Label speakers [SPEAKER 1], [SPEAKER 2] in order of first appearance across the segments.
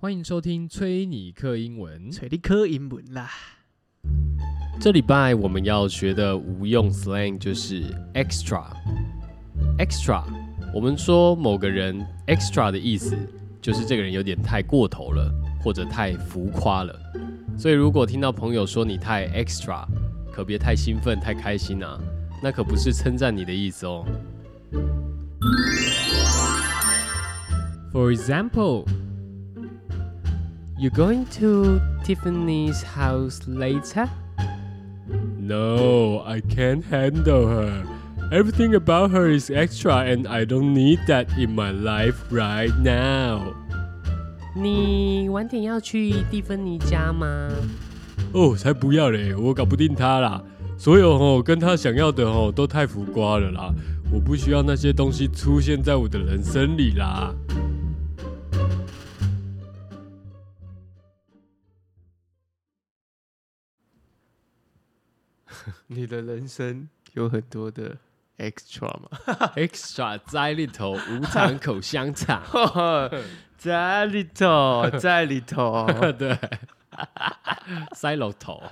[SPEAKER 1] 欢迎收听崔尼克英文。
[SPEAKER 2] 嗯找你考英文啦。
[SPEAKER 1] 这礼拜我们要学的无用 slang 就是 extra。extra，我们说某个人 extra 的意思就是这个人有点太过头了，或者太浮夸了。所以如果听到朋友说你太 extra，可别太兴奋、太开心啊，那可不是称赞你的意思哦。For example, you going to Tiffany's house later? No, I can't handle her. Everything about her is extra, and I don't need that in my life right now.
[SPEAKER 3] 你晚点要去蒂芬妮家吗？
[SPEAKER 1] 哦，才不要嘞！我搞不定她啦。所有哦，跟她想要的哦，都太浮夸了啦。我不需要那些东西出现在我的人生里啦。
[SPEAKER 2] 你的人生有很多的 extra 嘛？
[SPEAKER 1] Extra 摘里头无糖口香糖，
[SPEAKER 2] 在里 头，在里头。
[SPEAKER 1] 对，塞楼头。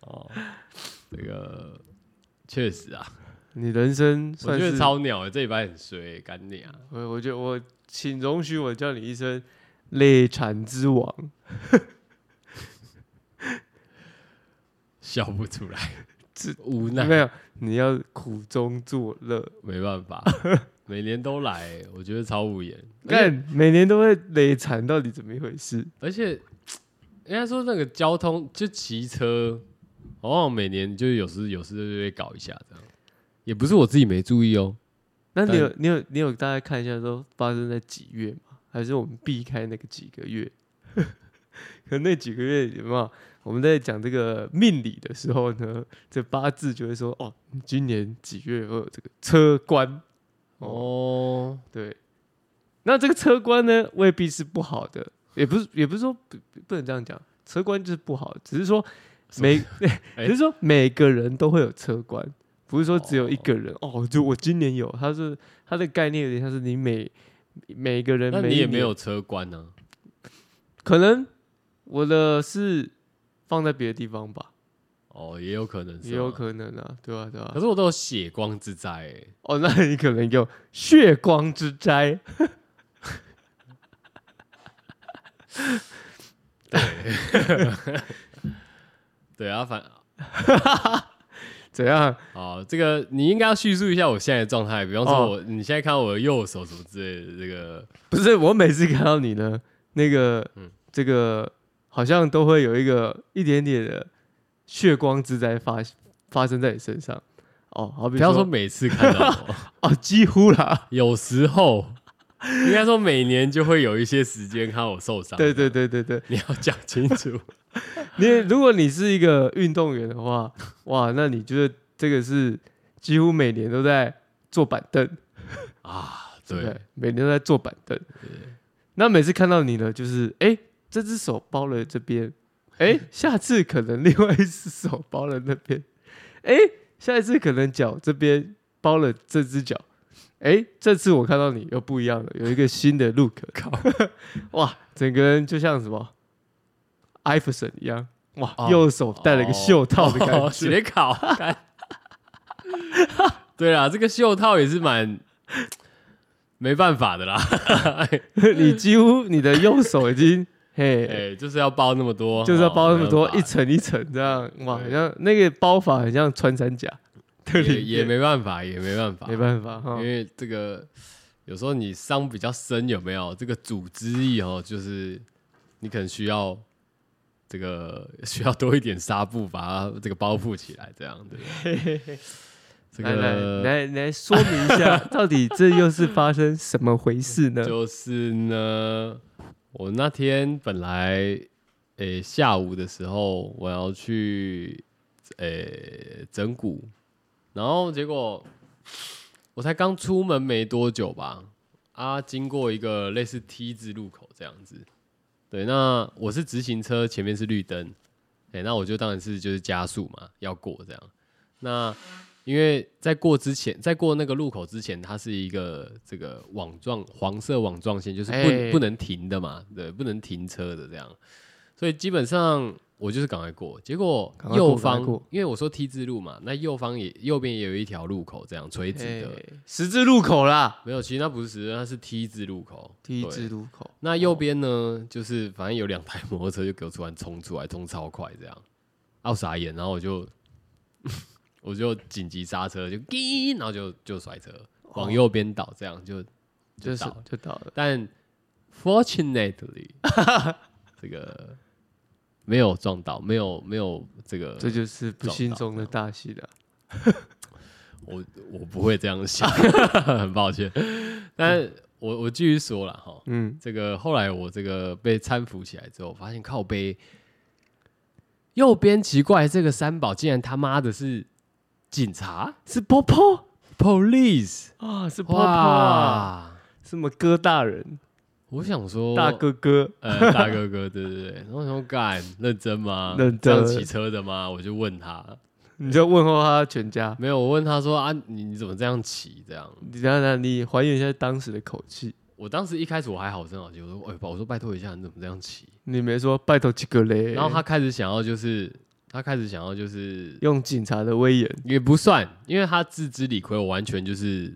[SPEAKER 1] 哦，这个确实啊。
[SPEAKER 2] 你人生
[SPEAKER 1] 我
[SPEAKER 2] 算
[SPEAKER 1] 觉
[SPEAKER 2] 是
[SPEAKER 1] 得，超鸟、欸，这礼拜很衰、欸，干你啊！
[SPEAKER 2] 我我觉得我，请容许我叫你一声累产之王。
[SPEAKER 1] 笑不出来，
[SPEAKER 2] 这
[SPEAKER 1] 无奈
[SPEAKER 2] 没，有，你要苦中作乐。
[SPEAKER 1] 没办 法，每年都来欸、我觉得超无言。
[SPEAKER 2] 看，每年都会累产，到底怎么一回事？
[SPEAKER 1] 而且应该说那个交通，就骑车，哦，每年就有时有时就会搞一下这样，也不是我自己没注意哦。
[SPEAKER 2] 那你
[SPEAKER 1] 但
[SPEAKER 2] 有你有你有大概看一下都发生在几月吗？还是我们避开那个几个月？ 可能那几个月有没有？我们在讲这个命理的时候呢，这八字就会说哦，你今年几月会有这个车官？
[SPEAKER 1] 哦，
[SPEAKER 2] 对，那这个车官呢，未必是不好的，也不是也不是说不不能这样讲，车官就是不好，只是说每
[SPEAKER 1] 哎
[SPEAKER 2] 只是说每个人都会有车官，不是说只有一个人哦就我今年有，它是它的概念有点像是你每每个人
[SPEAKER 1] 那
[SPEAKER 2] 每
[SPEAKER 1] 你
[SPEAKER 2] 一
[SPEAKER 1] 也没
[SPEAKER 2] 年
[SPEAKER 1] 有车关啊呢、
[SPEAKER 2] 可能我的是放在别的地方吧，
[SPEAKER 1] 哦，也有可能是，
[SPEAKER 2] 也有。可能啊，对吧、对吧、
[SPEAKER 1] 可是我都有血光之灾、欸，
[SPEAKER 2] 哦，那你可能有血光之灾。
[SPEAKER 1] 对啊，反
[SPEAKER 2] 怎样？
[SPEAKER 1] 哦，这个你应该要叙述一下我现在的状态，比方说
[SPEAKER 2] 哦
[SPEAKER 1] 我、你现在看我的右手什么之类的，这个
[SPEAKER 2] 不是，我每次看到你呢，那个，
[SPEAKER 1] 嗯
[SPEAKER 2] 这个好像都会有一个一点点的血光之灾发发生在你身上。哦，好比
[SPEAKER 1] 不要说每次看到 我，
[SPEAKER 2] 哦，几乎啦，
[SPEAKER 1] 有时候应该说每年就会有一些时间看我受伤，
[SPEAKER 2] 对对，对对对，
[SPEAKER 1] 你要讲清 楚，
[SPEAKER 2] 你如果你是一个运动员的话，哇，那你觉得这个是几乎每年都在坐板凳，对不
[SPEAKER 1] 对
[SPEAKER 2] 对，每年都在坐板凳。那每次看到你呢，就是哎，这只手包了这边， 哎，下次可能另外一只手包了那边，哎，下一次可能脚这边包了这只脚，哎，这次我看到你又不一样了，有一个新的 look，
[SPEAKER 1] 靠
[SPEAKER 2] 哇，整个人就像什么艾弗森一样，哇，
[SPEAKER 1] 哦
[SPEAKER 2] 右手戴了一个袖套的感
[SPEAKER 1] 哦
[SPEAKER 2] 觉，
[SPEAKER 1] 学考，干对啦，这个袖套也是蛮没办法的啦，
[SPEAKER 2] 你几乎你的右手已经嘿。
[SPEAKER 1] 哎，就是要包那么多，
[SPEAKER 2] 就是要包那么多
[SPEAKER 1] 哦，没办
[SPEAKER 2] 一
[SPEAKER 1] 法
[SPEAKER 2] 层一层这样，哇，
[SPEAKER 1] 对
[SPEAKER 2] 好像那个包法很像穿山 甲，对，
[SPEAKER 1] 也也没办法，也没办法，
[SPEAKER 2] 没办法哈
[SPEAKER 1] 因。为这个有时候你伤比较深，有没有这个组织力哦？就是你可能需要这个需要多一点纱布把它这个包覆起来，这样 对不对。这
[SPEAKER 2] 来来
[SPEAKER 1] 个
[SPEAKER 2] 来来说明一 下，到底这又是发生什么回事呢？
[SPEAKER 1] 就是呢，我那天本来诶、下午的时候我要去诶、整骨，然后结果我才刚出门没多久吧，啊，经过一个类似 T 字路口这样子。对，那我是直行车，前面是绿灯，哎、那我就当然是就是加速嘛，要过这样。那因为在过之前，在过那个路口之前，它是一个这个网状黄色网状线，就是不、
[SPEAKER 2] 哎
[SPEAKER 1] 不能停的嘛，对，不能停车的这样。所以基本上我就是赶快过，结果
[SPEAKER 2] 赶快过
[SPEAKER 1] 右
[SPEAKER 2] 赶快
[SPEAKER 1] 方
[SPEAKER 2] 过
[SPEAKER 1] 因为我说 T 字路嘛，那右方也右边也有一条路口，这样垂直的。
[SPEAKER 2] 哎十字路口啦
[SPEAKER 1] 没有，其实那不是十字路，它是 T 字路口。
[SPEAKER 2] ，T
[SPEAKER 1] 对
[SPEAKER 2] 字路口。
[SPEAKER 1] 那右边呢，就是反正有两台 摩托车就给我突然冲出来，冲超快这样，啊我傻眼，然后我就 我就紧急刹车，就滴，然后就就甩车往右边倒，这样就
[SPEAKER 2] 就
[SPEAKER 1] 就是倒了。
[SPEAKER 2] 哦就到了，
[SPEAKER 1] 但 fortunately 这个没有撞到，没有没有这个，
[SPEAKER 2] 这就是不幸中的
[SPEAKER 1] 撞
[SPEAKER 2] 大幸啊了。
[SPEAKER 1] 我我不会这样 想，很抱歉。但我我继续说了哈，
[SPEAKER 2] 嗯，
[SPEAKER 1] 这个后来我这个被搀扶起来之后，发现靠背右边奇怪，这个三宝竟然他妈的是警察
[SPEAKER 2] 是波波
[SPEAKER 1] （police）
[SPEAKER 2] 啊，是波波啊，
[SPEAKER 1] 哇！
[SPEAKER 2] 什么哥大人，
[SPEAKER 1] 我想说，
[SPEAKER 2] 大哥哥，
[SPEAKER 1] 呃，大哥哥，对对对，然后我想说干认真吗？
[SPEAKER 2] 认真
[SPEAKER 1] 这样骑车的吗？我就问他，
[SPEAKER 2] 你就问候他全家。
[SPEAKER 1] 没有，我问他说啊，你你怎么这样骑？这样，
[SPEAKER 2] 你等一下，你还原一下当时的口气，
[SPEAKER 1] 我当时一开始我还好声好气，我说，哎、我说拜托一下，你怎么这样骑？
[SPEAKER 2] 你没说拜托几个嘞，
[SPEAKER 1] 然后他开始想要就是，他开始想要就是
[SPEAKER 2] 用警察的威严，
[SPEAKER 1] 也不算，因为他自知理亏，我完全就是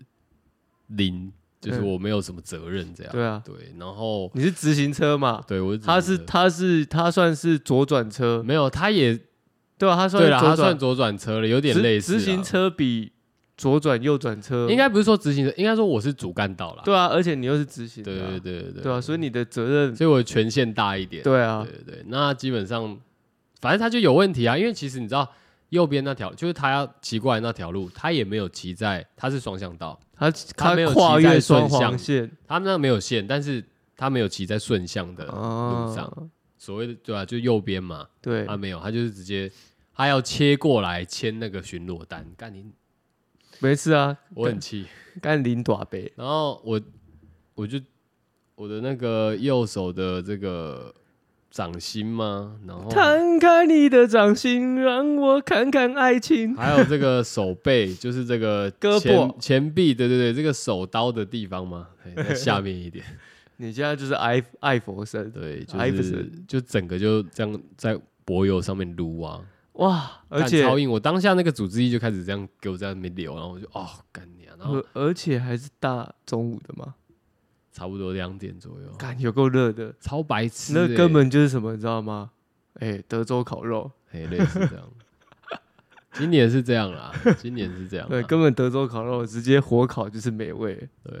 [SPEAKER 1] 零，就是
[SPEAKER 2] 嗯
[SPEAKER 1] 我没有什么责任这样。
[SPEAKER 2] 对啊，
[SPEAKER 1] 对，然后
[SPEAKER 2] 你是直行车嘛，
[SPEAKER 1] 对我就
[SPEAKER 2] 他
[SPEAKER 1] 只
[SPEAKER 2] 是
[SPEAKER 1] 觉得
[SPEAKER 2] 他是他算是左转车，
[SPEAKER 1] 没有，他也
[SPEAKER 2] 对啊吧？他算
[SPEAKER 1] 对
[SPEAKER 2] 是
[SPEAKER 1] 了，他
[SPEAKER 2] 左
[SPEAKER 1] 算
[SPEAKER 2] 转，
[SPEAKER 1] 左转车了，有点
[SPEAKER 2] 直
[SPEAKER 1] 类似啊
[SPEAKER 2] 直行，车比左转右转车
[SPEAKER 1] 应该不是说直行车，应该说我是主干道啦。
[SPEAKER 2] 对啊，而且你又是直行的
[SPEAKER 1] 对
[SPEAKER 2] 啊，
[SPEAKER 1] 对对对
[SPEAKER 2] 对啊，所以你的责任，
[SPEAKER 1] 所以我的权限大一点。
[SPEAKER 2] 对啊，
[SPEAKER 1] 对对，那基本上反正他就有问题啊，因为其实你知道右边那条就是他要骑过来那条路，他也没有骑在，他是双向道，
[SPEAKER 2] 他
[SPEAKER 1] 没有
[SPEAKER 2] 跨
[SPEAKER 1] 骑在
[SPEAKER 2] 越双
[SPEAKER 1] 顺向
[SPEAKER 2] 黄线
[SPEAKER 1] 他们那没有线，但是他没有骑在顺向
[SPEAKER 2] 哦
[SPEAKER 1] 的路上。
[SPEAKER 2] 啊，
[SPEAKER 1] 所谓的对啊，就右边嘛，啊
[SPEAKER 2] 对
[SPEAKER 1] 他没有，他就是直接他要切过来签那个巡逻单，干你，
[SPEAKER 2] 没事啊，
[SPEAKER 1] 我很气。
[SPEAKER 2] 干林短呗，
[SPEAKER 1] 然后我我就我的那个右手的这个掌心嘛，然后
[SPEAKER 2] 摊开你的掌心，让我看看爱情。
[SPEAKER 1] 还有这个手背，就是这个
[SPEAKER 2] 胳膊
[SPEAKER 1] 前前臂，对对对，这个手刀的地方嘛，对在下面一点，
[SPEAKER 2] 你现在就是爱爱佛神，
[SPEAKER 1] 对，
[SPEAKER 2] 哎
[SPEAKER 1] 就
[SPEAKER 2] 不
[SPEAKER 1] 是
[SPEAKER 2] 是
[SPEAKER 1] 就整个就这样在柏油上面撸啊，
[SPEAKER 2] 哇！而
[SPEAKER 1] 干
[SPEAKER 2] 且
[SPEAKER 1] 超硬，我当下那个组织一就开始这样给我在那边流，然后我就哦干你啊，然后
[SPEAKER 2] 而而且还是大中午的嘛，
[SPEAKER 1] 差不多两点左右，
[SPEAKER 2] 干有够热的，
[SPEAKER 1] 超白痴、哦欸，
[SPEAKER 2] 那根本就是什么，你知道吗？哎，德州烤肉，
[SPEAKER 1] 哎类似这样。 今年是这样啦，今年是这样啦，
[SPEAKER 2] 对，根本德州烤肉直接火烤就是美味。
[SPEAKER 1] 对，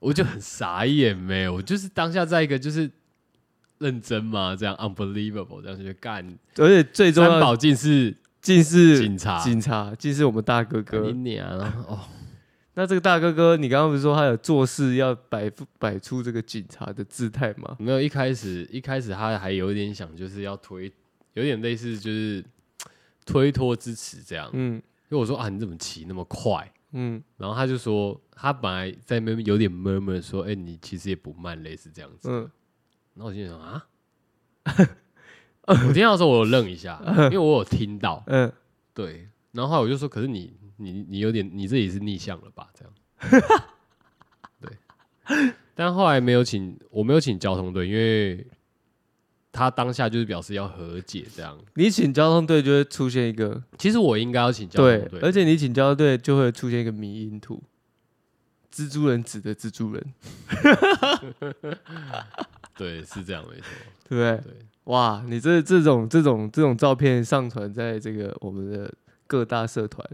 [SPEAKER 1] 我就很傻眼没有，我就是当下在一个就是认真嘛，这样 unbelievable 这样就干，
[SPEAKER 2] 而且最重
[SPEAKER 1] 三
[SPEAKER 2] 要，
[SPEAKER 1] 宝竟是
[SPEAKER 2] 竟是
[SPEAKER 1] 警察，
[SPEAKER 2] 警察，竟是我们大哥
[SPEAKER 1] 干你
[SPEAKER 2] 哥。
[SPEAKER 1] 娘啊！哦，
[SPEAKER 2] 那这个大哥哥，你刚刚不是说他有做事要摆摆出这个警察的姿态吗？
[SPEAKER 1] 没有，一开始一开始他还有点想就是要推，有点类似就是推脱支持这样，
[SPEAKER 2] 嗯
[SPEAKER 1] 因为我说啊你怎么骑那么快？
[SPEAKER 2] 嗯，
[SPEAKER 1] 然后他就说，他本来在那边有点 murmur 说，哎、你其实也不慢，类似这样子。
[SPEAKER 2] 嗯，
[SPEAKER 1] 然后我心里想啊， 我听到的时候我有愣一下，因为我有听到，
[SPEAKER 2] 嗯，
[SPEAKER 1] 对。然后后来我就说，可是你你你有点，你这也是逆向了吧？这 样，对。但后来没有请，我没有请交通队，因为他当下就是表示要和解这样。
[SPEAKER 2] 你请交通队就会出现一个
[SPEAKER 1] 其实我应该要请交
[SPEAKER 2] 对
[SPEAKER 1] 通队，，
[SPEAKER 2] 而且你请交通队就会出现一个迷因图，蜘蛛人指的蜘蛛人，
[SPEAKER 1] 对是这样没错，
[SPEAKER 2] 对不对？
[SPEAKER 1] 对。
[SPEAKER 2] 哇，你这这种这种这种照片上传在这个我们的各大社团，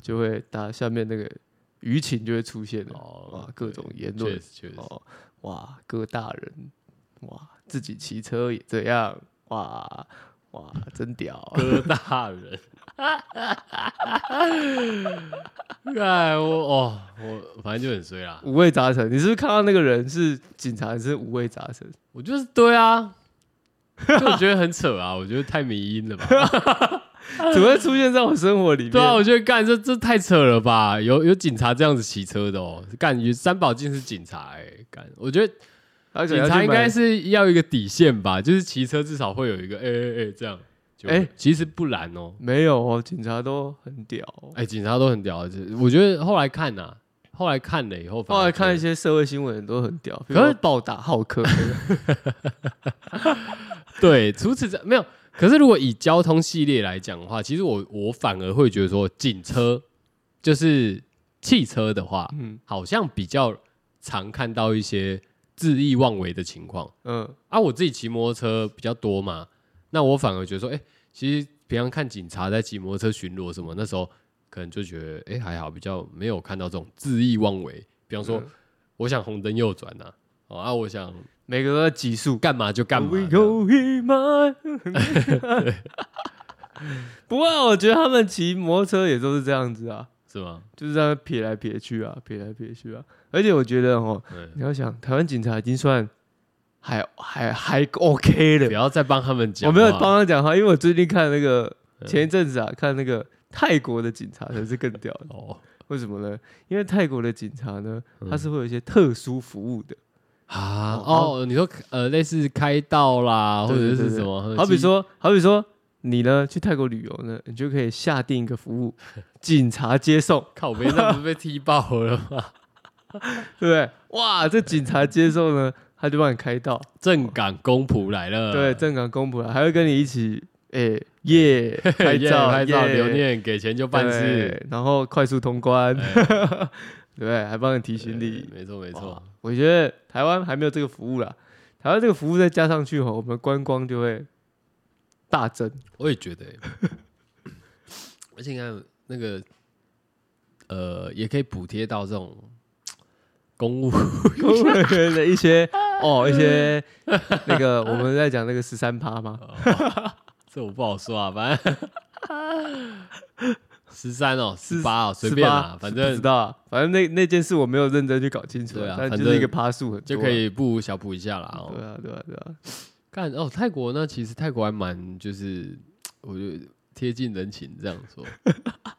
[SPEAKER 2] 就会打下面那个舆情就会出现了。
[SPEAKER 1] 哦
[SPEAKER 2] 哇，各种言
[SPEAKER 1] 确
[SPEAKER 2] 论
[SPEAKER 1] 实确实，
[SPEAKER 2] 哦，哇，各大人，哇，自己骑车也这样，哇哇，真屌！啊
[SPEAKER 1] 哥大人。哎，我哦，我反正就很衰啦。
[SPEAKER 2] 五味杂陈，你是不是看到那个人是警察，是五味杂陈？
[SPEAKER 1] 我就是对啊，就我觉得很扯啊， 我觉得太迷因了 吧？
[SPEAKER 2] 怎么会出现在我生活里面？
[SPEAKER 1] 对啊啊，我觉得干这这太扯了吧？有有警察这样子骑车的哦，干有三宝竟是警察哎、干我觉得
[SPEAKER 2] 而且
[SPEAKER 1] 警察应该是要一个底线吧，就是骑车至少会有一个哎哎哎这样。就
[SPEAKER 2] 哎
[SPEAKER 1] 其实不然哦，
[SPEAKER 2] 没有哦，警察都很屌哦、
[SPEAKER 1] 哎、警察都很屌，我觉得后来看呐、啊后来看了以后，
[SPEAKER 2] 后来看一
[SPEAKER 1] 下，
[SPEAKER 2] 些社会新闻都很屌，比
[SPEAKER 1] 可
[SPEAKER 2] 如
[SPEAKER 1] 是
[SPEAKER 2] 暴打浩 克，
[SPEAKER 1] 对，除此之没有。可是如果以交通系列来讲的话，其实我我反而会觉得说，警车就是汽车的话，
[SPEAKER 2] 嗯
[SPEAKER 1] 好像比较常看到一些恣意妄为的情况
[SPEAKER 2] 嗯，
[SPEAKER 1] 啊。我自己骑摩托车比较多嘛，那我反而觉得说，哎、其实平常看警察在骑摩托车巡逻什么，那时候可能就觉得，哎、还好，比较没有看到这种恣意妄为。比方说，
[SPEAKER 2] 嗯
[SPEAKER 1] 我想红灯右转呐、啊，哦啊，我想
[SPEAKER 2] 每个都在挤速，
[SPEAKER 1] 干嘛就干嘛
[SPEAKER 2] We
[SPEAKER 1] 这样。
[SPEAKER 2] go in my 不过我觉得他们骑摩托车也都是这样子啊，
[SPEAKER 1] 是吗？
[SPEAKER 2] 就是这样撇来撇去啊，撇来撇去啊。而且我觉得哦，
[SPEAKER 1] 嗯，
[SPEAKER 2] 你要想，台湾警察已经算还还还 OK
[SPEAKER 1] 不
[SPEAKER 2] 了。
[SPEAKER 1] 要再帮他们讲
[SPEAKER 2] 我
[SPEAKER 1] 话。
[SPEAKER 2] 没有帮他讲话，因为我最近看那个
[SPEAKER 1] 嗯
[SPEAKER 2] 前一阵子啊，看那个泰国的警察才是更屌的。
[SPEAKER 1] 哦
[SPEAKER 2] 为什么呢？因为泰国的警察呢，他
[SPEAKER 1] 嗯
[SPEAKER 2] 是会有一些特殊服务的。
[SPEAKER 1] 啊
[SPEAKER 2] 哦
[SPEAKER 1] 哦，你说呃，类似开道啦，或
[SPEAKER 2] 对对
[SPEAKER 1] 者
[SPEAKER 2] 对
[SPEAKER 1] 是
[SPEAKER 2] 对
[SPEAKER 1] 什么？
[SPEAKER 2] 好比说，好比说，你呢去泰国旅游呢，你就可以下定一个服务，警察接送，
[SPEAKER 1] 靠背，那不是被踢爆了 吗？
[SPEAKER 2] 对不对？哇，这警察接送呢，他就帮你开道，
[SPEAKER 1] 正港公仆来了，
[SPEAKER 2] 对，正港公仆了，还会跟你一起，哎耶，拍
[SPEAKER 1] 耶
[SPEAKER 2] 照
[SPEAKER 1] 拍照
[SPEAKER 2] 耶
[SPEAKER 1] 留念，给钱就办事。
[SPEAKER 2] 对然后快速通关，
[SPEAKER 1] 哎
[SPEAKER 2] 对不 对？还帮你提行
[SPEAKER 1] 对
[SPEAKER 2] 李，
[SPEAKER 1] 没错没
[SPEAKER 2] 哇
[SPEAKER 1] 错，
[SPEAKER 2] 我觉得台湾还没有这个服务啦，台湾这个服务再加上去吼，我们观光就会大增。
[SPEAKER 1] 我也 觉得欸。而且你看那个呃，也可以补贴到这种公务
[SPEAKER 2] 公务员 的一些哦，一些那个我们在讲那个十三趴嘛，
[SPEAKER 1] 哦这我不好说啊，反 正十三哦，
[SPEAKER 2] 是
[SPEAKER 1] 十八哦，随
[SPEAKER 2] 18
[SPEAKER 1] 便啦，反
[SPEAKER 2] 不知
[SPEAKER 1] 正
[SPEAKER 2] 道啊，反正那那件事我没有认真去搞清楚
[SPEAKER 1] 对啊
[SPEAKER 2] 但
[SPEAKER 1] 反
[SPEAKER 2] 就是一个
[SPEAKER 1] 正
[SPEAKER 2] 趴数很多
[SPEAKER 1] 就
[SPEAKER 2] 啊
[SPEAKER 1] 可。以不小补一下啦。
[SPEAKER 2] 对
[SPEAKER 1] 哦，
[SPEAKER 2] 啊，对啊，对啊，
[SPEAKER 1] 看哦，泰国呢，其实泰国还蛮就是，我觉得贴近人情这样说，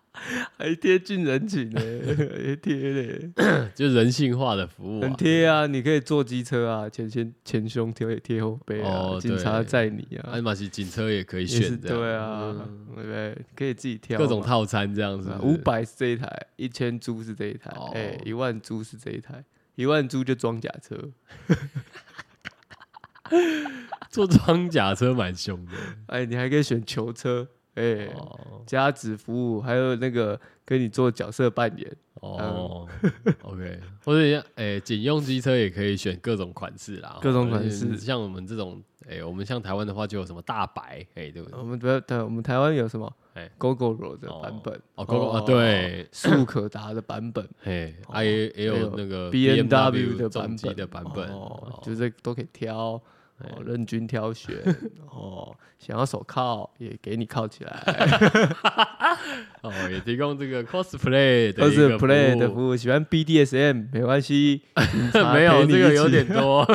[SPEAKER 2] 还贴近人情呢， 还贴嘞，
[SPEAKER 1] 就人性化的服务啊
[SPEAKER 2] 很。贴啊！你可以坐机车啊，前先前胸贴贴后背啊，
[SPEAKER 1] 哦
[SPEAKER 2] 警察
[SPEAKER 1] 对
[SPEAKER 2] 载你啊
[SPEAKER 1] 爱，马仕警车也可以
[SPEAKER 2] 也是
[SPEAKER 1] 选这样，
[SPEAKER 2] 对啊
[SPEAKER 1] 嗯，
[SPEAKER 2] 对不对？可以自己挑
[SPEAKER 1] 各种
[SPEAKER 2] 嘛
[SPEAKER 1] 套餐这样子
[SPEAKER 2] 对啊，五百是这一台，一千株是这一台
[SPEAKER 1] 哦，
[SPEAKER 2] 哎，一万株是这一台，一万株就装甲车，
[SPEAKER 1] 坐装甲车蛮凶 的。
[SPEAKER 2] 哎，你还可以选囚车，哎，
[SPEAKER 1] 哦
[SPEAKER 2] 加值服务，还有那个跟你做角色扮演，
[SPEAKER 1] 哦，OK，或者像诶，警用机车也可以选各种款式啦，
[SPEAKER 2] 各种款式
[SPEAKER 1] 嗯像我们这种诶，我们像台湾的话就有什么大白，诶，对不哦对
[SPEAKER 2] 我？们不要，对，我们台湾有什么
[SPEAKER 1] 嗯哎
[SPEAKER 2] GoGoRo 的版本，
[SPEAKER 1] 哦，GoGo- 啊对
[SPEAKER 2] 速可达的版本
[SPEAKER 1] 嘿，
[SPEAKER 2] 哦
[SPEAKER 1] 啊也也有
[SPEAKER 2] 还有
[SPEAKER 1] 那个
[SPEAKER 2] B N W
[SPEAKER 1] BMW
[SPEAKER 2] 的
[SPEAKER 1] 重
[SPEAKER 2] 版
[SPEAKER 1] 机
[SPEAKER 2] 本
[SPEAKER 1] 的版本，
[SPEAKER 2] 哦
[SPEAKER 1] 哦，哎
[SPEAKER 2] 就是都可以挑。哦，任君挑选 哦，想要手铐也给你铐起 来，
[SPEAKER 1] 哦，也提供这个 cosplay 的
[SPEAKER 2] 都
[SPEAKER 1] 一个
[SPEAKER 2] 是 Play 的
[SPEAKER 1] 服务，，
[SPEAKER 2] 服务。喜欢 BDSM 没关系
[SPEAKER 1] 没有
[SPEAKER 2] 警察陪你
[SPEAKER 1] 这个有
[SPEAKER 2] 一起
[SPEAKER 1] 点多。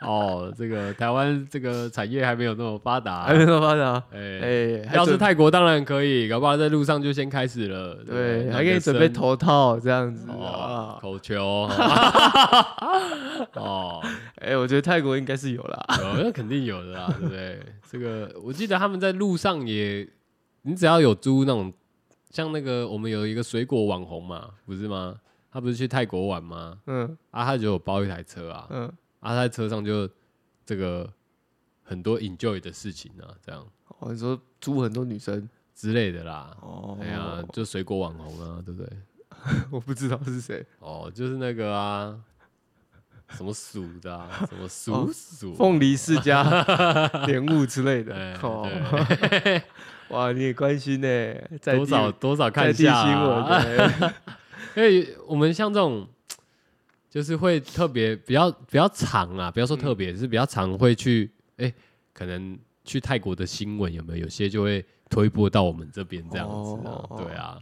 [SPEAKER 1] 哦，这个台湾这个产业还没有那么发达
[SPEAKER 2] 还，没说发展啊。
[SPEAKER 1] 哎，
[SPEAKER 2] 哎，还
[SPEAKER 1] 要是
[SPEAKER 2] 准
[SPEAKER 1] 泰国当然可以，搞不好在路上就先开始了，不
[SPEAKER 2] 对，
[SPEAKER 1] 那
[SPEAKER 2] 还可以
[SPEAKER 1] 人
[SPEAKER 2] 准备
[SPEAKER 1] 生
[SPEAKER 2] 头套这样子
[SPEAKER 1] 哦
[SPEAKER 2] 啊，。
[SPEAKER 1] 口 球哦，
[SPEAKER 2] 哎，我觉得泰国应该是有 啦。
[SPEAKER 1] 有哦那肯定有的啦，对不对？这个我记得他们在路上也，你只要有租那种，像那个我们有一个水果网红嘛，不是吗？他不是去泰国玩吗？
[SPEAKER 2] 嗯
[SPEAKER 1] 啊，他就有包一台车啊，
[SPEAKER 2] 嗯，
[SPEAKER 1] 啊，他在车上就这个很多 enjoy 的事情啊，这样
[SPEAKER 2] 我哦说租很多女生
[SPEAKER 1] 之类的啦。
[SPEAKER 2] 哦
[SPEAKER 1] 哎呀，就水果网红啊，对不对？
[SPEAKER 2] 我不知道是谁，
[SPEAKER 1] 哦，就是那个啊，什么鼠的啊，什么鼠
[SPEAKER 2] 哦
[SPEAKER 1] 鼠、
[SPEAKER 2] 凤梨世家、莲雾之类 的
[SPEAKER 1] 哎。
[SPEAKER 2] 哦，哇，你也关心呢， 在地
[SPEAKER 1] 多少多少看
[SPEAKER 2] 在
[SPEAKER 1] 一
[SPEAKER 2] 地新
[SPEAKER 1] 下、
[SPEAKER 2] 闻
[SPEAKER 1] 啊，
[SPEAKER 2] 哎，
[SPEAKER 1] 因为我们像这种，就是会特别比较比较长啊，不要说特
[SPEAKER 2] 嗯
[SPEAKER 1] 别，是比较常会去，哎、可能去泰国的新闻有没有？有些就会推播到我们这边这样子啊，
[SPEAKER 2] 哦
[SPEAKER 1] 对啊，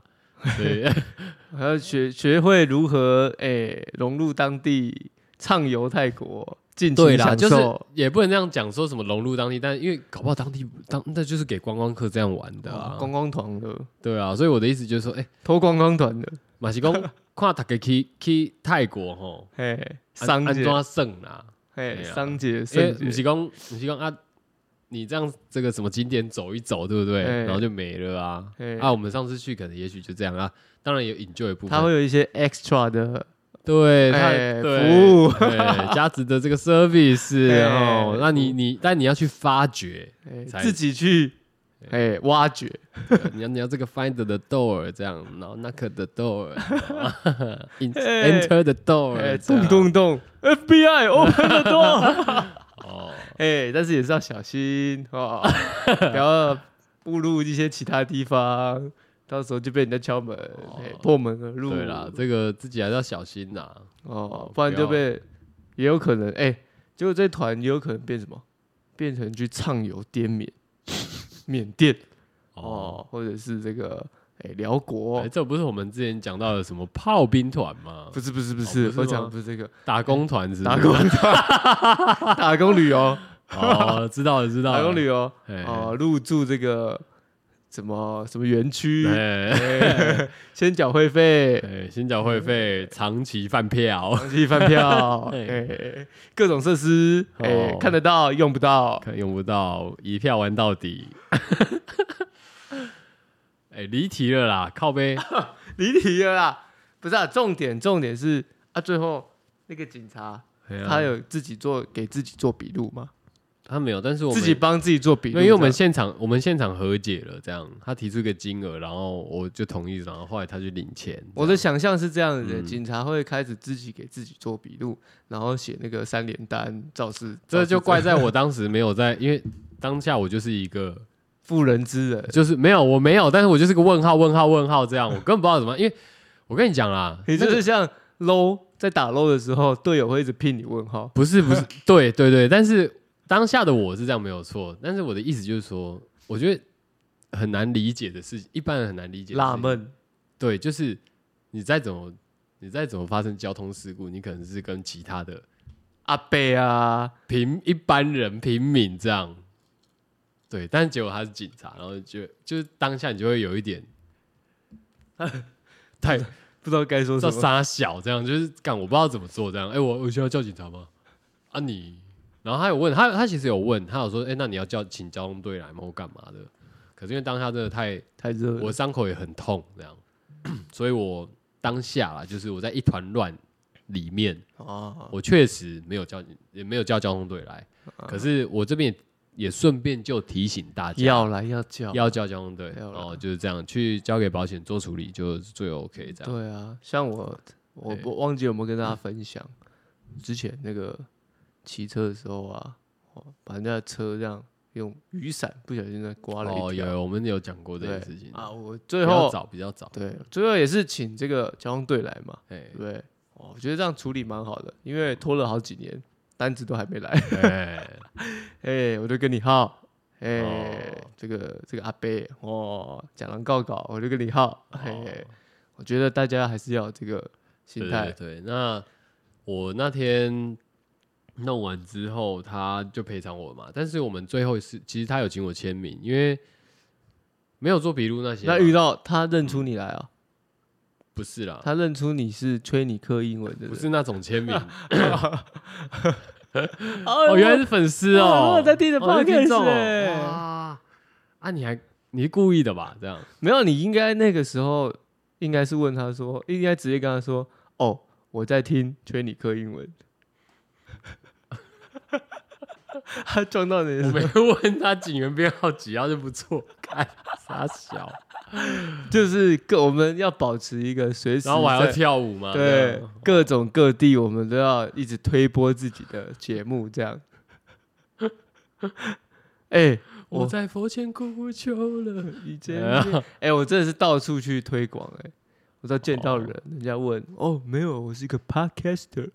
[SPEAKER 1] 对，
[SPEAKER 2] 还要学学会如何哎融入当地，畅游泰国，尽
[SPEAKER 1] 对
[SPEAKER 2] 情
[SPEAKER 1] 啦，
[SPEAKER 2] 享
[SPEAKER 1] 就是
[SPEAKER 2] 受。
[SPEAKER 1] 也不能这样讲，说什么融入当地，但因为搞不好当地当那就是给观光客这样玩的啊
[SPEAKER 2] 哦，观光团的，
[SPEAKER 1] 对啊，所以我的意思就是说，哎、
[SPEAKER 2] 脱观光团的，
[SPEAKER 1] 马西公看大家去去泰国吼，
[SPEAKER 2] 哎，
[SPEAKER 1] 安
[SPEAKER 2] 商
[SPEAKER 1] 安
[SPEAKER 2] 姐
[SPEAKER 1] 怎算啦？
[SPEAKER 2] 哎，
[SPEAKER 1] 对啊
[SPEAKER 2] 桑姐，
[SPEAKER 1] 因为
[SPEAKER 2] 圣
[SPEAKER 1] 不
[SPEAKER 2] 姐，
[SPEAKER 1] 是讲，不是讲啊，你这样这个什么景点走一走，对不对？
[SPEAKER 2] 哎
[SPEAKER 1] 然后就没了啊。
[SPEAKER 2] 哎
[SPEAKER 1] 啊，我们上次去可能也许就这样啊，当然有 enjoy 的部
[SPEAKER 2] 它
[SPEAKER 1] 分，
[SPEAKER 2] 会有一些 extra 的，
[SPEAKER 1] 对，它
[SPEAKER 2] 哎
[SPEAKER 1] 对
[SPEAKER 2] 服务
[SPEAKER 1] 对价值的这个 service
[SPEAKER 2] 哎
[SPEAKER 1] 哦，那你
[SPEAKER 2] 服
[SPEAKER 1] 你但你要去发掘，
[SPEAKER 2] 哎
[SPEAKER 1] 才
[SPEAKER 2] 自己去哎挖掘。
[SPEAKER 1] 对你要你要这个 find the door 这样，然后 knock the door，in- enter the door，
[SPEAKER 2] 哎，
[SPEAKER 1] 这样
[SPEAKER 2] 动动 动，FBI open the door。
[SPEAKER 1] 哦，
[SPEAKER 2] 哎，但是也是要小心 哦，不要步入一些其他地方，到时候就被人家敲门，哎
[SPEAKER 1] 哦
[SPEAKER 2] 破门而入。
[SPEAKER 1] 对啦，这个自己还是要小心呐。
[SPEAKER 2] 哦，
[SPEAKER 1] 不
[SPEAKER 2] 不然就
[SPEAKER 1] 要
[SPEAKER 2] 被也有可能哎，结果这团也有可能变什么？变成去畅游滇缅、 缅甸
[SPEAKER 1] 哦，
[SPEAKER 2] 哦，或者是这个哎辽国
[SPEAKER 1] 哎，。这不是我们之前讲到的什么炮兵团吗
[SPEAKER 2] 不？是不是不
[SPEAKER 1] 哦
[SPEAKER 2] 是
[SPEAKER 1] 不，是
[SPEAKER 2] 我
[SPEAKER 1] 吗
[SPEAKER 2] 讲不是这个
[SPEAKER 1] 打工团是不
[SPEAKER 2] 打
[SPEAKER 1] 是
[SPEAKER 2] 工 打工旅游，
[SPEAKER 1] 哦，知道了知道了，
[SPEAKER 2] 打工旅游
[SPEAKER 1] 哎
[SPEAKER 2] 哦，入住这个什么什么园区，
[SPEAKER 1] 哎
[SPEAKER 2] 哎 先缴会费，
[SPEAKER 1] 哎，先缴会费，长期饭票，
[SPEAKER 2] 长期饭票，
[SPEAKER 1] 哎
[SPEAKER 2] 哎，各种设施，哎
[SPEAKER 1] 哦，
[SPEAKER 2] 看得到用不到，
[SPEAKER 1] 看用不到，一票玩到底。 哎，离题了啦，靠 背。
[SPEAKER 2] 离题了啦。不是啊，重点重点是啊，最后那个警察
[SPEAKER 1] 哎呀
[SPEAKER 2] 他有自己做给自己做笔录吗？
[SPEAKER 1] 他没有，但是我们
[SPEAKER 2] 自己帮自己做笔
[SPEAKER 1] 没
[SPEAKER 2] 录，
[SPEAKER 1] 有，因为我们
[SPEAKER 2] 这样
[SPEAKER 1] 现场我们现场和解了，这样他提出一个金额，然后我就同意，然后后来他去领钱。
[SPEAKER 2] 我的想象是这样子的，
[SPEAKER 1] 嗯
[SPEAKER 2] 警察会开始自己给自己做笔录，然后写那个三联单、肇事，
[SPEAKER 1] 这就怪
[SPEAKER 2] 肇事
[SPEAKER 1] 在我当时没有在，因为当下我就是一个
[SPEAKER 2] 妇人之仁。
[SPEAKER 1] 就是没有，我没有，但是我就是个问号，问号，问号这样，我根本不知道怎么，因为我跟你讲啦，
[SPEAKER 2] 你就
[SPEAKER 1] 那个
[SPEAKER 2] 是像 low 在打 low 的时候，队友会一直聘你问号，
[SPEAKER 1] 不是不是，对对对，但是当下的我是这样没有错，但是我的意思就是说，我觉得很难理解的事情，一般人很难理解的事情
[SPEAKER 2] 纳闷。
[SPEAKER 1] 对，就是你再怎么你再怎么发生交通事故，你可能是跟其他的
[SPEAKER 2] 阿贝啊，
[SPEAKER 1] 平一般人平民这样，对，但结果他是警察，然后就就是当下你就会有一 点太
[SPEAKER 2] 不知道该说
[SPEAKER 1] 叫
[SPEAKER 2] 什么。
[SPEAKER 1] 傻小这样，就是干我不知道怎么做这样，哎、我我需要叫警察吗？啊你，然后他有问他他其实有问，他有说，哎、那你要叫请交通队来吗？或干嘛的？可是因为当下真的太
[SPEAKER 2] 太热了，
[SPEAKER 1] 我伤口也很痛，这样， 所以我当下啦，就是我在一团乱里面，
[SPEAKER 2] 啊，
[SPEAKER 1] 我确实没有叫也没有叫交通队来，可是我这边也也顺便就提醒大家
[SPEAKER 2] 要来要叫，
[SPEAKER 1] 要叫交通队，
[SPEAKER 2] 要
[SPEAKER 1] 然
[SPEAKER 2] 啦
[SPEAKER 1] 后就是这样去交给保险做处理，就是最 OK 这样。
[SPEAKER 2] 对啊，像我，我
[SPEAKER 1] 对
[SPEAKER 2] 我忘记有没有跟大家分享，之前那个骑车的时候啊，哦把人家的车这样用雨伞不小心再刮了
[SPEAKER 1] 哦，
[SPEAKER 2] 一
[SPEAKER 1] 有
[SPEAKER 2] 条，
[SPEAKER 1] 有我们有讲过这
[SPEAKER 2] 对
[SPEAKER 1] 件事情，
[SPEAKER 2] 啊，我最
[SPEAKER 1] 比较
[SPEAKER 2] 后
[SPEAKER 1] 早比较早，
[SPEAKER 2] 对最后也是请这个交通队来嘛，
[SPEAKER 1] 哎
[SPEAKER 2] 对不对？哦，我觉得这样处理蛮好的，因为拖了好几年，单子都还没来。
[SPEAKER 1] 哎，
[SPEAKER 2] 哎、我就跟你耗，哎、
[SPEAKER 1] 哦
[SPEAKER 2] 这个这个阿伯哦，假狼告告，我就跟你耗，哎、
[SPEAKER 1] 哦
[SPEAKER 2] 我觉得大家还是要有这个
[SPEAKER 1] 对
[SPEAKER 2] 心
[SPEAKER 1] 对
[SPEAKER 2] 态，
[SPEAKER 1] 对，那我那天弄完之后，他就赔偿我嘛，但是我们最后是其实他有请我签名，因为没有做笔录那些嘛，
[SPEAKER 2] 那遇到他认出你来啊、
[SPEAKER 1] 不是啦，
[SPEAKER 2] 他认出你是吹你克英文的人，
[SPEAKER 1] 嗯不是那种签 名，
[SPEAKER 2] 哎哦
[SPEAKER 1] 哦，原来是粉丝哦，
[SPEAKER 2] 哇我哎在听着
[SPEAKER 1] 哦是听众
[SPEAKER 2] podcast 欸
[SPEAKER 1] 哦哇啊，你还你是故意的吧？这样
[SPEAKER 2] 没有，你应该那个时候应该是问他说，应该直接跟他说，哦，我在听吹你克英文， 他撞到你的
[SPEAKER 1] 我
[SPEAKER 2] 时 候，
[SPEAKER 1] 没问他警员不要挤，他就不错，看傻小，
[SPEAKER 2] 就是各我们要保持一个随时
[SPEAKER 1] 然后我还
[SPEAKER 2] 在
[SPEAKER 1] 要跳舞嘛，这
[SPEAKER 2] 对
[SPEAKER 1] 样，
[SPEAKER 2] 各种各地我们都要一直推播自己的节目，这样。 哎、
[SPEAKER 1] 我
[SPEAKER 2] 我
[SPEAKER 1] 在佛前哭求了。
[SPEAKER 2] 一见面，哎、我真的是到处去推广，哎，我到见到人，人家问，哦，没有，我是一个 podcaster，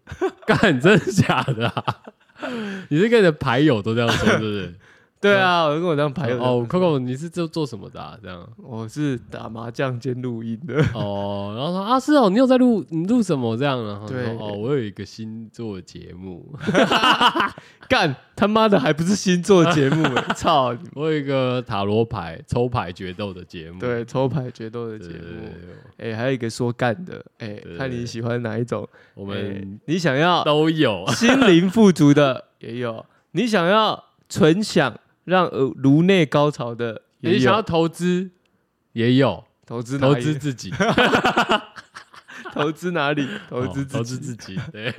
[SPEAKER 1] 干，真的假的、啊？ 你是跟你的牌友都这样说， 是不是？
[SPEAKER 2] 对啊，我跟我当朋友，
[SPEAKER 1] 哦，Coco，你是做做什么的、啊？这样
[SPEAKER 2] 我是打麻将兼录音的，
[SPEAKER 1] 哦，然后说啊，是哦，你有在录，你录什么这样？然后说
[SPEAKER 2] 对
[SPEAKER 1] 哦，我有一个星座节目，
[SPEAKER 2] 干他妈的还不是星座节 目，哎操你妈！
[SPEAKER 1] 我有一个塔罗牌抽牌决斗的节目，
[SPEAKER 2] 对，抽牌决斗的
[SPEAKER 1] 对
[SPEAKER 2] 节
[SPEAKER 1] 对
[SPEAKER 2] 目，
[SPEAKER 1] 对对
[SPEAKER 2] 哎、还有一个说干的，哎、
[SPEAKER 1] 对
[SPEAKER 2] 看你喜欢哪一种，
[SPEAKER 1] 我
[SPEAKER 2] 我
[SPEAKER 1] 们
[SPEAKER 2] 你想要
[SPEAKER 1] 都有，
[SPEAKER 2] 心灵富足的也有，你想要纯享让呃颅内高潮的也
[SPEAKER 1] 你想要
[SPEAKER 2] 有
[SPEAKER 1] 投资也有
[SPEAKER 2] 投资
[SPEAKER 1] 投
[SPEAKER 2] 哪里
[SPEAKER 1] 资自己，
[SPEAKER 2] 投资哪里投资
[SPEAKER 1] 哦投资 自己，对，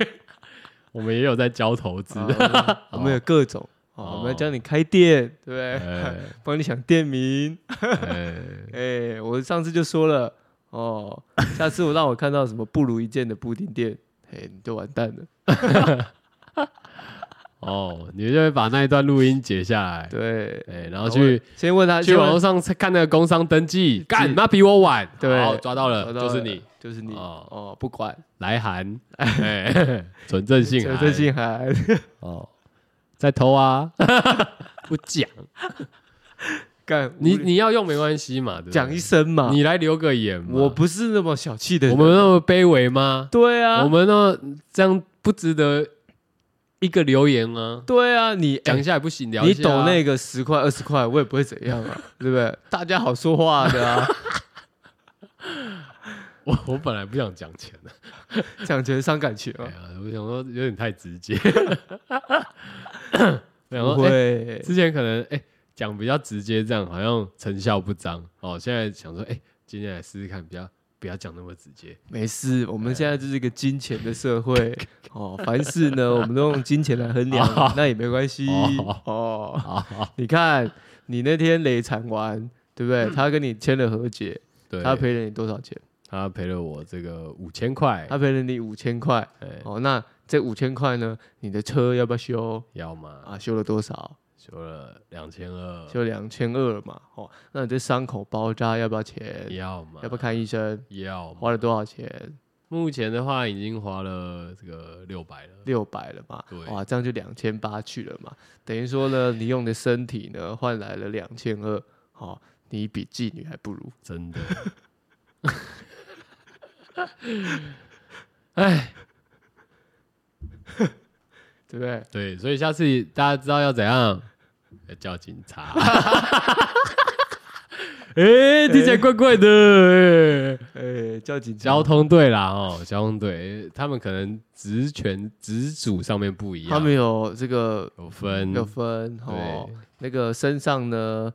[SPEAKER 1] 我们也有在教投资
[SPEAKER 2] 啊。我们我
[SPEAKER 1] 哦
[SPEAKER 2] 们有各种啊，我们要教你开店，对不对？
[SPEAKER 1] 哎
[SPEAKER 2] 帮你想店名。
[SPEAKER 1] 哎
[SPEAKER 2] 哎，我上次就说了哦，下次我让我看到什么不如一见的布丁店，哎，你就完蛋了。
[SPEAKER 1] 哦，你就会把那一段录音截下来，
[SPEAKER 2] 对，
[SPEAKER 1] 对，然后去
[SPEAKER 2] 先问他，
[SPEAKER 1] 去
[SPEAKER 2] 先问
[SPEAKER 1] 网络上看那个工商登记，干妈比我晚，
[SPEAKER 2] 对
[SPEAKER 1] 好抓到了，
[SPEAKER 2] 找到
[SPEAKER 1] 就是
[SPEAKER 2] 了
[SPEAKER 1] 你，
[SPEAKER 2] 就是你
[SPEAKER 1] 哦
[SPEAKER 2] 哦，不管
[SPEAKER 1] 来函， 哎，纯正性函，
[SPEAKER 2] 这信函，
[SPEAKER 1] 哦，在偷啊，不讲，
[SPEAKER 2] 干
[SPEAKER 1] 你
[SPEAKER 2] 无理
[SPEAKER 1] 你要用没关系嘛，对不对
[SPEAKER 2] 讲一声嘛，
[SPEAKER 1] 你来留个言嘛，
[SPEAKER 2] 我不是那么小气的
[SPEAKER 1] 我
[SPEAKER 2] 人，
[SPEAKER 1] 们那么卑微吗？
[SPEAKER 2] 对啊，
[SPEAKER 1] 我们呢这样不值得一个留言啊，
[SPEAKER 2] 对啊，你
[SPEAKER 1] 讲
[SPEAKER 2] 哎
[SPEAKER 1] 一下也不行，聊
[SPEAKER 2] 你
[SPEAKER 1] 一下
[SPEAKER 2] 抖
[SPEAKER 1] 啊
[SPEAKER 2] 那个十块二十块，我也不会怎样 啊，对不对？大家好说话的 啊，
[SPEAKER 1] 我我本来不想讲钱的，
[SPEAKER 2] 讲钱伤感情
[SPEAKER 1] 哎
[SPEAKER 2] 啊，
[SPEAKER 1] 呀，我想说有点太直 接，我想
[SPEAKER 2] 不
[SPEAKER 1] 说哎、
[SPEAKER 2] 会，
[SPEAKER 1] 之前可能哎讲、比较直接，这样好像成效不彰哦。现在想说哎、今天来试试看，不要不要讲那么直接，
[SPEAKER 2] 没事，我们现在就是一个金钱的社 会哦，凡事 呢我们都用金钱来衡量，那也没关系
[SPEAKER 1] 哦
[SPEAKER 2] 哦
[SPEAKER 1] 好。
[SPEAKER 2] 你看你那天累惨完，对不对？他跟你签了和解，
[SPEAKER 1] 对，
[SPEAKER 2] 他赔了你多少钱？
[SPEAKER 1] 他赔了我这个五千块，
[SPEAKER 2] 他赔了你五千块。
[SPEAKER 1] 哎、
[SPEAKER 2] 哦，那这五千块呢？你的车要不要修
[SPEAKER 1] 要嘛
[SPEAKER 2] 啊？修了多少？
[SPEAKER 1] 修了两千二，
[SPEAKER 2] 修两千二嘛。哦，那你这伤口包扎要不要钱？
[SPEAKER 1] 要嘛
[SPEAKER 2] 要不要看医生？
[SPEAKER 1] 要嘛
[SPEAKER 2] 花了多少钱？
[SPEAKER 1] 目前的话已经花了这个六百了，
[SPEAKER 2] 六百了嘛
[SPEAKER 1] 对。
[SPEAKER 2] 哇，这样就两千八去了嘛。等于说呢，你用你的身体呢换来了两千二。哦，你比妓女还不如。
[SPEAKER 1] 真的。
[SPEAKER 2] 对不对？
[SPEAKER 1] 对，所以下次大家知道要怎样，要叫警察。 哎、听起来怪怪的、哎
[SPEAKER 2] 哎、叫警
[SPEAKER 1] 交通队啦，哦，交通队，他们可能职权职主上面不一样，
[SPEAKER 2] 他们有这个
[SPEAKER 1] 有分，
[SPEAKER 2] 有分哦。那个身上呢，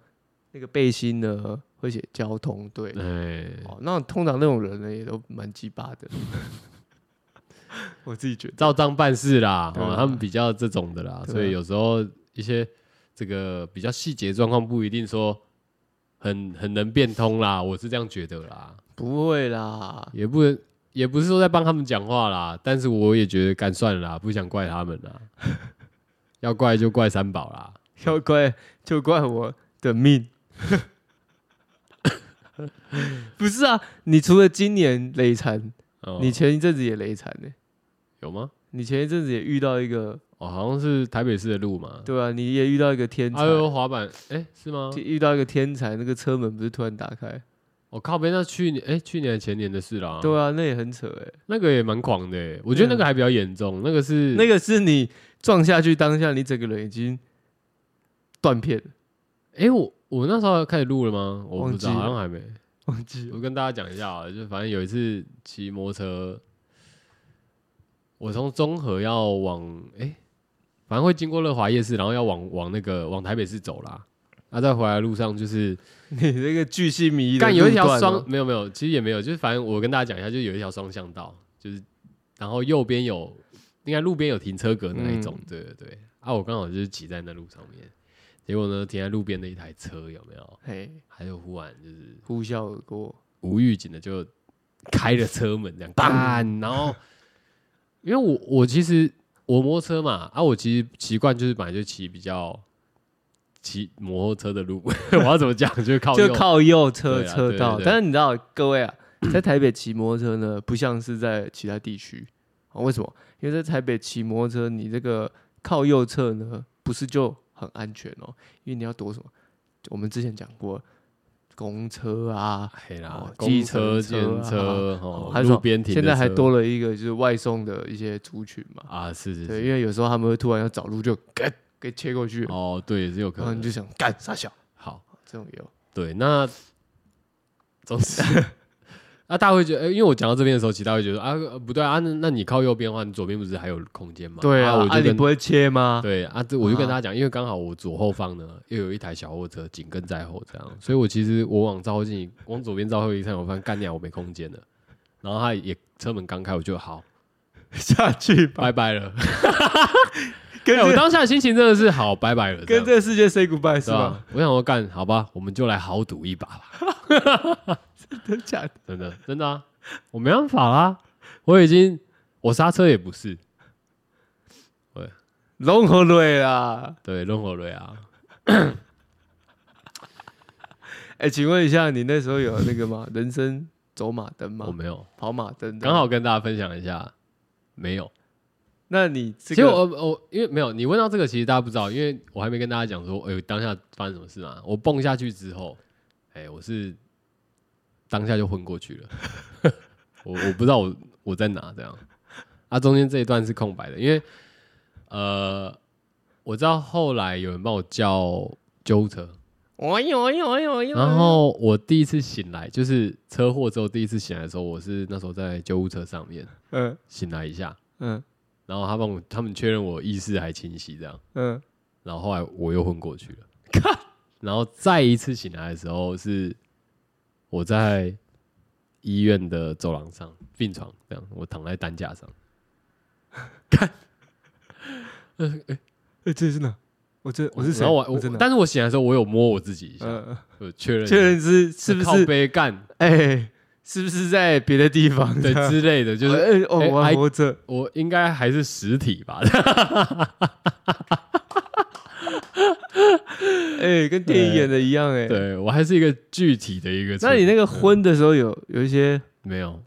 [SPEAKER 2] 那个背心呢会写交通队。
[SPEAKER 1] 对，哎，
[SPEAKER 2] 哦，那通常那种人呢，也都蛮鸡巴的。 我自己觉得，
[SPEAKER 1] 照章办事啦，
[SPEAKER 2] 对
[SPEAKER 1] 哦，
[SPEAKER 2] 啊
[SPEAKER 1] 他们比较这种的啦，
[SPEAKER 2] 对啊
[SPEAKER 1] 所以有时候一些这个比较细节状况不一定说很很能变通啦，我是这样觉得啦。
[SPEAKER 2] 不会啦，
[SPEAKER 1] 也不能，也不是说在帮他们讲话啦，但是我也觉得干算了啦，不想怪他们 啦，要怪就怪三宝啦。
[SPEAKER 2] 要怪就怪我的命。 不是啊，你除了今年累残，
[SPEAKER 1] 哦
[SPEAKER 2] 你前一阵子也累残呢、
[SPEAKER 1] 有吗？
[SPEAKER 2] 你前一阵子也遇到一个，
[SPEAKER 1] 哦，好像是台北市的路嘛。
[SPEAKER 2] 对啊，你也遇到一个天才
[SPEAKER 1] 哎，呦，滑板，哎、是吗？
[SPEAKER 2] 遇到一个天才，那个车门不是突然打开？
[SPEAKER 1] 我、靠边，那去年，哎、去年还前年的事啦。
[SPEAKER 2] 对啊，那也很扯哎、
[SPEAKER 1] 那个也蛮狂的、欸我觉得那个还比较严重，那个是
[SPEAKER 2] 那个是你撞下去当下，你整个人已经断片了，
[SPEAKER 1] 哎、我我那时候开始录了吗？我不知道，
[SPEAKER 2] 忘记了
[SPEAKER 1] 好像还没。
[SPEAKER 2] 忘记了。
[SPEAKER 1] 我跟大家讲一下啊，就反正有一次骑摩托车，我从中和要往哎、反正会经过乐华夜市，然后要往往那个往台北市走啦。啊，在回来的路上就是
[SPEAKER 2] 你这个巨细靡遗的
[SPEAKER 1] 干有一
[SPEAKER 2] 路
[SPEAKER 1] 条
[SPEAKER 2] 段
[SPEAKER 1] 双
[SPEAKER 2] 哦，
[SPEAKER 1] 没有没有，其实也没有，就是反正我跟大家讲一下，就是有一条双向道，就是然后右边有应该路边有停车格那一种，
[SPEAKER 2] 嗯
[SPEAKER 1] 对对对。啊，我刚好就是骑在那路上面，结果呢停在路边的一台车有没有？
[SPEAKER 2] 嘿，
[SPEAKER 1] 还有忽然就是
[SPEAKER 2] 呼啸而过，
[SPEAKER 1] 无预警的就开了车门，这 样当，然后因为我我其实我摩托车嘛，啊，我其实习惯就是本来就骑比较骑摩托车的路， 我要怎么讲就靠
[SPEAKER 2] 就
[SPEAKER 1] 右
[SPEAKER 2] 靠右车
[SPEAKER 1] 对啊
[SPEAKER 2] 车
[SPEAKER 1] 对
[SPEAKER 2] 道。
[SPEAKER 1] 对对
[SPEAKER 2] 但是你知道，各位啊， 在台北骑摩托车呢，不像是在其他地区啊、为什么？因为在台北骑摩托车，你这个靠右侧呢，不是就很安全哦，因为你要躲什么？我们之前讲过，公车啊，
[SPEAKER 1] 黑啦
[SPEAKER 2] 哦，
[SPEAKER 1] 公车、
[SPEAKER 2] 计
[SPEAKER 1] 电
[SPEAKER 2] 程车啊
[SPEAKER 1] 车、哦，
[SPEAKER 2] 还有什
[SPEAKER 1] 路
[SPEAKER 2] 么
[SPEAKER 1] 边停的
[SPEAKER 2] 现
[SPEAKER 1] 车，
[SPEAKER 2] 在还多了一个就是外送的一些族群嘛。
[SPEAKER 1] 啊，是是
[SPEAKER 2] 对，
[SPEAKER 1] 是，
[SPEAKER 2] 因为有时候他们会突然要找路就给给切过去，
[SPEAKER 1] 哦，对，是有可
[SPEAKER 2] 然后
[SPEAKER 1] 能
[SPEAKER 2] 你就想干傻小，
[SPEAKER 1] 好。
[SPEAKER 2] 这种也有。
[SPEAKER 1] 对，那总之 啊，大家会觉得，呃因为我讲到这边的时候，其实大家会觉得啊，呃不对啊，那那你靠右边的话，你左边不是还有空间吗？
[SPEAKER 2] 对啊，
[SPEAKER 1] 我
[SPEAKER 2] 啊
[SPEAKER 1] 就
[SPEAKER 2] 你
[SPEAKER 1] 跟
[SPEAKER 2] 不会切吗？
[SPEAKER 1] 对啊，这我就跟
[SPEAKER 2] 啊
[SPEAKER 1] 大家讲，因为刚好我左后方呢又有一台小货车紧跟在后，这样，所以我其实我往照后镜，往左边照后镜一看，我发现干娘我没空间了，然后他也车门刚开，我就好
[SPEAKER 2] 下 去吧，哎
[SPEAKER 1] 拜拜了。
[SPEAKER 2] 跟
[SPEAKER 1] 对，我
[SPEAKER 2] 这个
[SPEAKER 1] 当下的心情真的是好拜拜了，
[SPEAKER 2] 跟
[SPEAKER 1] 这样
[SPEAKER 2] 这个世界 say goodbye 是
[SPEAKER 1] 对吧
[SPEAKER 2] 吧？？
[SPEAKER 1] 我想说干好吧，我们就来豪赌一把吧，
[SPEAKER 2] 真假的？
[SPEAKER 1] 真的真的啊，我没办法啦，我已经我刹车也不是，
[SPEAKER 2] 龙和瑞啦，
[SPEAKER 1] 对，任何瑞啊，
[SPEAKER 2] 哎，请问一下，你那时候有那个吗？ 人生走马灯
[SPEAKER 1] 我
[SPEAKER 2] 吗？
[SPEAKER 1] 没有，
[SPEAKER 2] 跑马灯的
[SPEAKER 1] 刚。好跟大家分享一下，没有。
[SPEAKER 2] 那你
[SPEAKER 1] 其
[SPEAKER 2] 这
[SPEAKER 1] 实
[SPEAKER 2] 个
[SPEAKER 1] 我我因为没有你问到这个，其实大家不知道，因为我还没跟大家讲说，哎、呦，当下发生什么事嘛。我蹦下去之后，哎、我是当下就昏过去了， 我我不知道我我在哪这样。啊，中间这一段是空白的，因为呃，我知道后来有人帮我叫救护车，
[SPEAKER 3] 哎呦哎呦哎呦哎呦！
[SPEAKER 1] 然后我第一次醒来就是车祸之后第一次醒来的时候，我是那时候在救护车上面
[SPEAKER 2] 嗯
[SPEAKER 1] 醒来一下，
[SPEAKER 2] 嗯
[SPEAKER 1] 然后他帮我他们确认我意识还清晰这样。
[SPEAKER 2] 嗯，
[SPEAKER 1] 然后后来我又昏过去了。 然后再一次醒来的时候，是我在医院的走廊上病床这样，我躺在担架上。
[SPEAKER 2] 哎，这是哪？我这我是谁？
[SPEAKER 1] 然后我
[SPEAKER 2] 我真的。
[SPEAKER 1] 但是我醒来的时候，我有摸我自己一下，
[SPEAKER 2] 嗯，嗯
[SPEAKER 1] 我确认
[SPEAKER 2] 确认是是不
[SPEAKER 1] 靠
[SPEAKER 2] 是？
[SPEAKER 1] 背干
[SPEAKER 2] 哎，是不是在别的地方？
[SPEAKER 1] 对
[SPEAKER 2] 这样
[SPEAKER 1] 之类的，就是
[SPEAKER 2] 哎哦，
[SPEAKER 1] 哎
[SPEAKER 2] 我还
[SPEAKER 1] I-
[SPEAKER 2] 活着。
[SPEAKER 1] 我应该还是实体吧。
[SPEAKER 2] 哎，跟电影演的一样哎。。
[SPEAKER 1] 对我还是一个具体的一个存。
[SPEAKER 2] 那你那个昏的时候有有一些
[SPEAKER 1] 没有？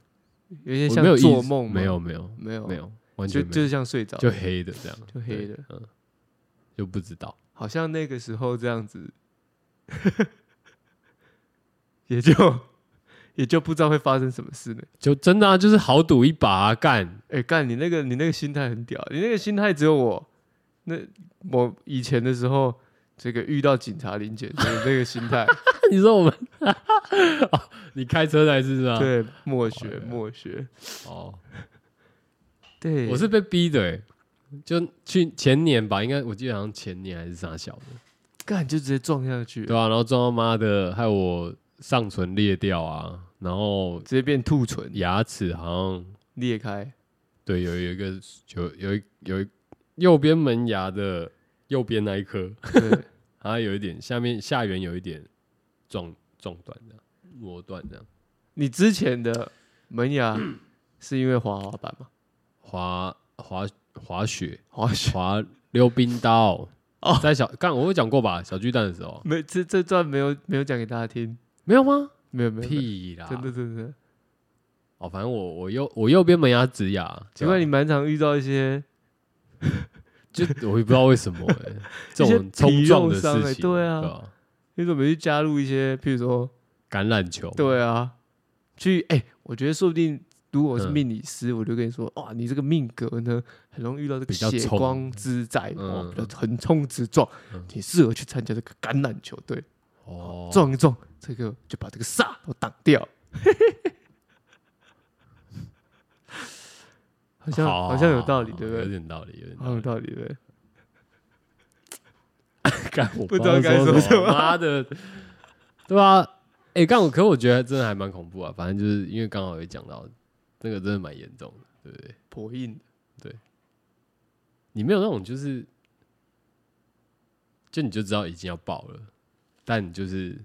[SPEAKER 2] 有一些
[SPEAKER 1] 我
[SPEAKER 2] 像
[SPEAKER 1] 没有意识
[SPEAKER 2] 做梦吗
[SPEAKER 1] 没有没有
[SPEAKER 2] 没有
[SPEAKER 1] 没有，完
[SPEAKER 2] 就
[SPEAKER 1] 全没
[SPEAKER 2] 就
[SPEAKER 1] 有，
[SPEAKER 2] 是像睡着
[SPEAKER 1] 就黑的这样，
[SPEAKER 2] 就黑的
[SPEAKER 1] 对，嗯，就不知道。
[SPEAKER 2] 好像那个时候这样子， 也就 也就不知道会发生什么事呢。
[SPEAKER 1] 就真的啊，就是豪赌一把、啊、干。
[SPEAKER 2] 哎、干你那个你那个心态很屌，你那个心态只有我。那我以前的时候，这个遇到警察临检，就是那个心 态，
[SPEAKER 1] 你说我们， 哦你开车来是吗？，
[SPEAKER 2] 对，默
[SPEAKER 1] 啊
[SPEAKER 2] 学默学，
[SPEAKER 1] 哦，
[SPEAKER 2] 对，
[SPEAKER 1] 我是被逼的、欸，就去前年吧，应该我记得好像前年还是啥小的，
[SPEAKER 2] 干就直接撞下去，
[SPEAKER 1] 对啊，然后撞到妈的，害我上唇裂掉啊，然后
[SPEAKER 2] 直接变兔唇
[SPEAKER 1] 牙齿好像
[SPEAKER 2] 裂开，
[SPEAKER 1] 对有有一个有有一有一右边门牙的右边那一颗，
[SPEAKER 2] 对，
[SPEAKER 1] 好像有一点下面下缘有一点撞撞断这样磨断这样。
[SPEAKER 2] 你之前的门牙
[SPEAKER 1] 嗯
[SPEAKER 2] 是因为滑滑板吗？
[SPEAKER 1] 滑滑滑雪、
[SPEAKER 2] 滑 雪
[SPEAKER 1] 滑溜冰刀。
[SPEAKER 2] 哦
[SPEAKER 1] 在小刚我有讲过吧？小巨蛋的时候
[SPEAKER 2] 没这这段没有没有讲给大家听，
[SPEAKER 1] 没有吗？
[SPEAKER 2] 没有没有，没有
[SPEAKER 1] 屁啊啦！
[SPEAKER 2] 真的真的。
[SPEAKER 1] 哦，反正我我右我右边门牙植牙，
[SPEAKER 2] 奇怪，
[SPEAKER 1] 对
[SPEAKER 2] 你
[SPEAKER 1] 吧
[SPEAKER 2] 蛮常遇到一些
[SPEAKER 1] 就我也不知道为什 么欸这
[SPEAKER 2] 一些
[SPEAKER 1] 种冲撞的
[SPEAKER 2] 皮肉伤欸
[SPEAKER 1] 事情，
[SPEAKER 2] 对啊
[SPEAKER 1] 吧，
[SPEAKER 2] 你怎么去加入一些，譬如说，
[SPEAKER 1] 橄榄球，
[SPEAKER 2] 对啊，去哎、我觉得说不定如果我是
[SPEAKER 1] 嗯
[SPEAKER 2] 命理师，我就跟你说，哇，你这个命格呢，很容易遇到这个
[SPEAKER 1] 比较
[SPEAKER 2] 血
[SPEAKER 1] 冲
[SPEAKER 2] 光之灾，哦，
[SPEAKER 1] 嗯
[SPEAKER 2] 比较横冲直撞，
[SPEAKER 1] 嗯
[SPEAKER 2] 你适合去参加这个橄榄球队，
[SPEAKER 1] 哦，
[SPEAKER 2] 撞一撞，这个就把这个煞都挡掉。 好像
[SPEAKER 1] 好
[SPEAKER 2] 好像有道理，
[SPEAKER 1] 好
[SPEAKER 2] 对不嗯
[SPEAKER 1] 有
[SPEAKER 2] 对？
[SPEAKER 1] 点道理，有点
[SPEAKER 2] 好像
[SPEAKER 1] 道
[SPEAKER 2] 有
[SPEAKER 1] 理。
[SPEAKER 2] 道理，对不对？
[SPEAKER 1] 干我
[SPEAKER 2] 不知道该
[SPEAKER 1] 说
[SPEAKER 2] 说什么
[SPEAKER 1] 妈的，对吧、哎、干我，可我觉得真的还蛮恐怖啊。反正就是因为刚好有讲到，那个真的蛮严重的，对不对？
[SPEAKER 2] 破印的
[SPEAKER 1] 你没有那种就是，就你就知道已经要爆了，但你就是，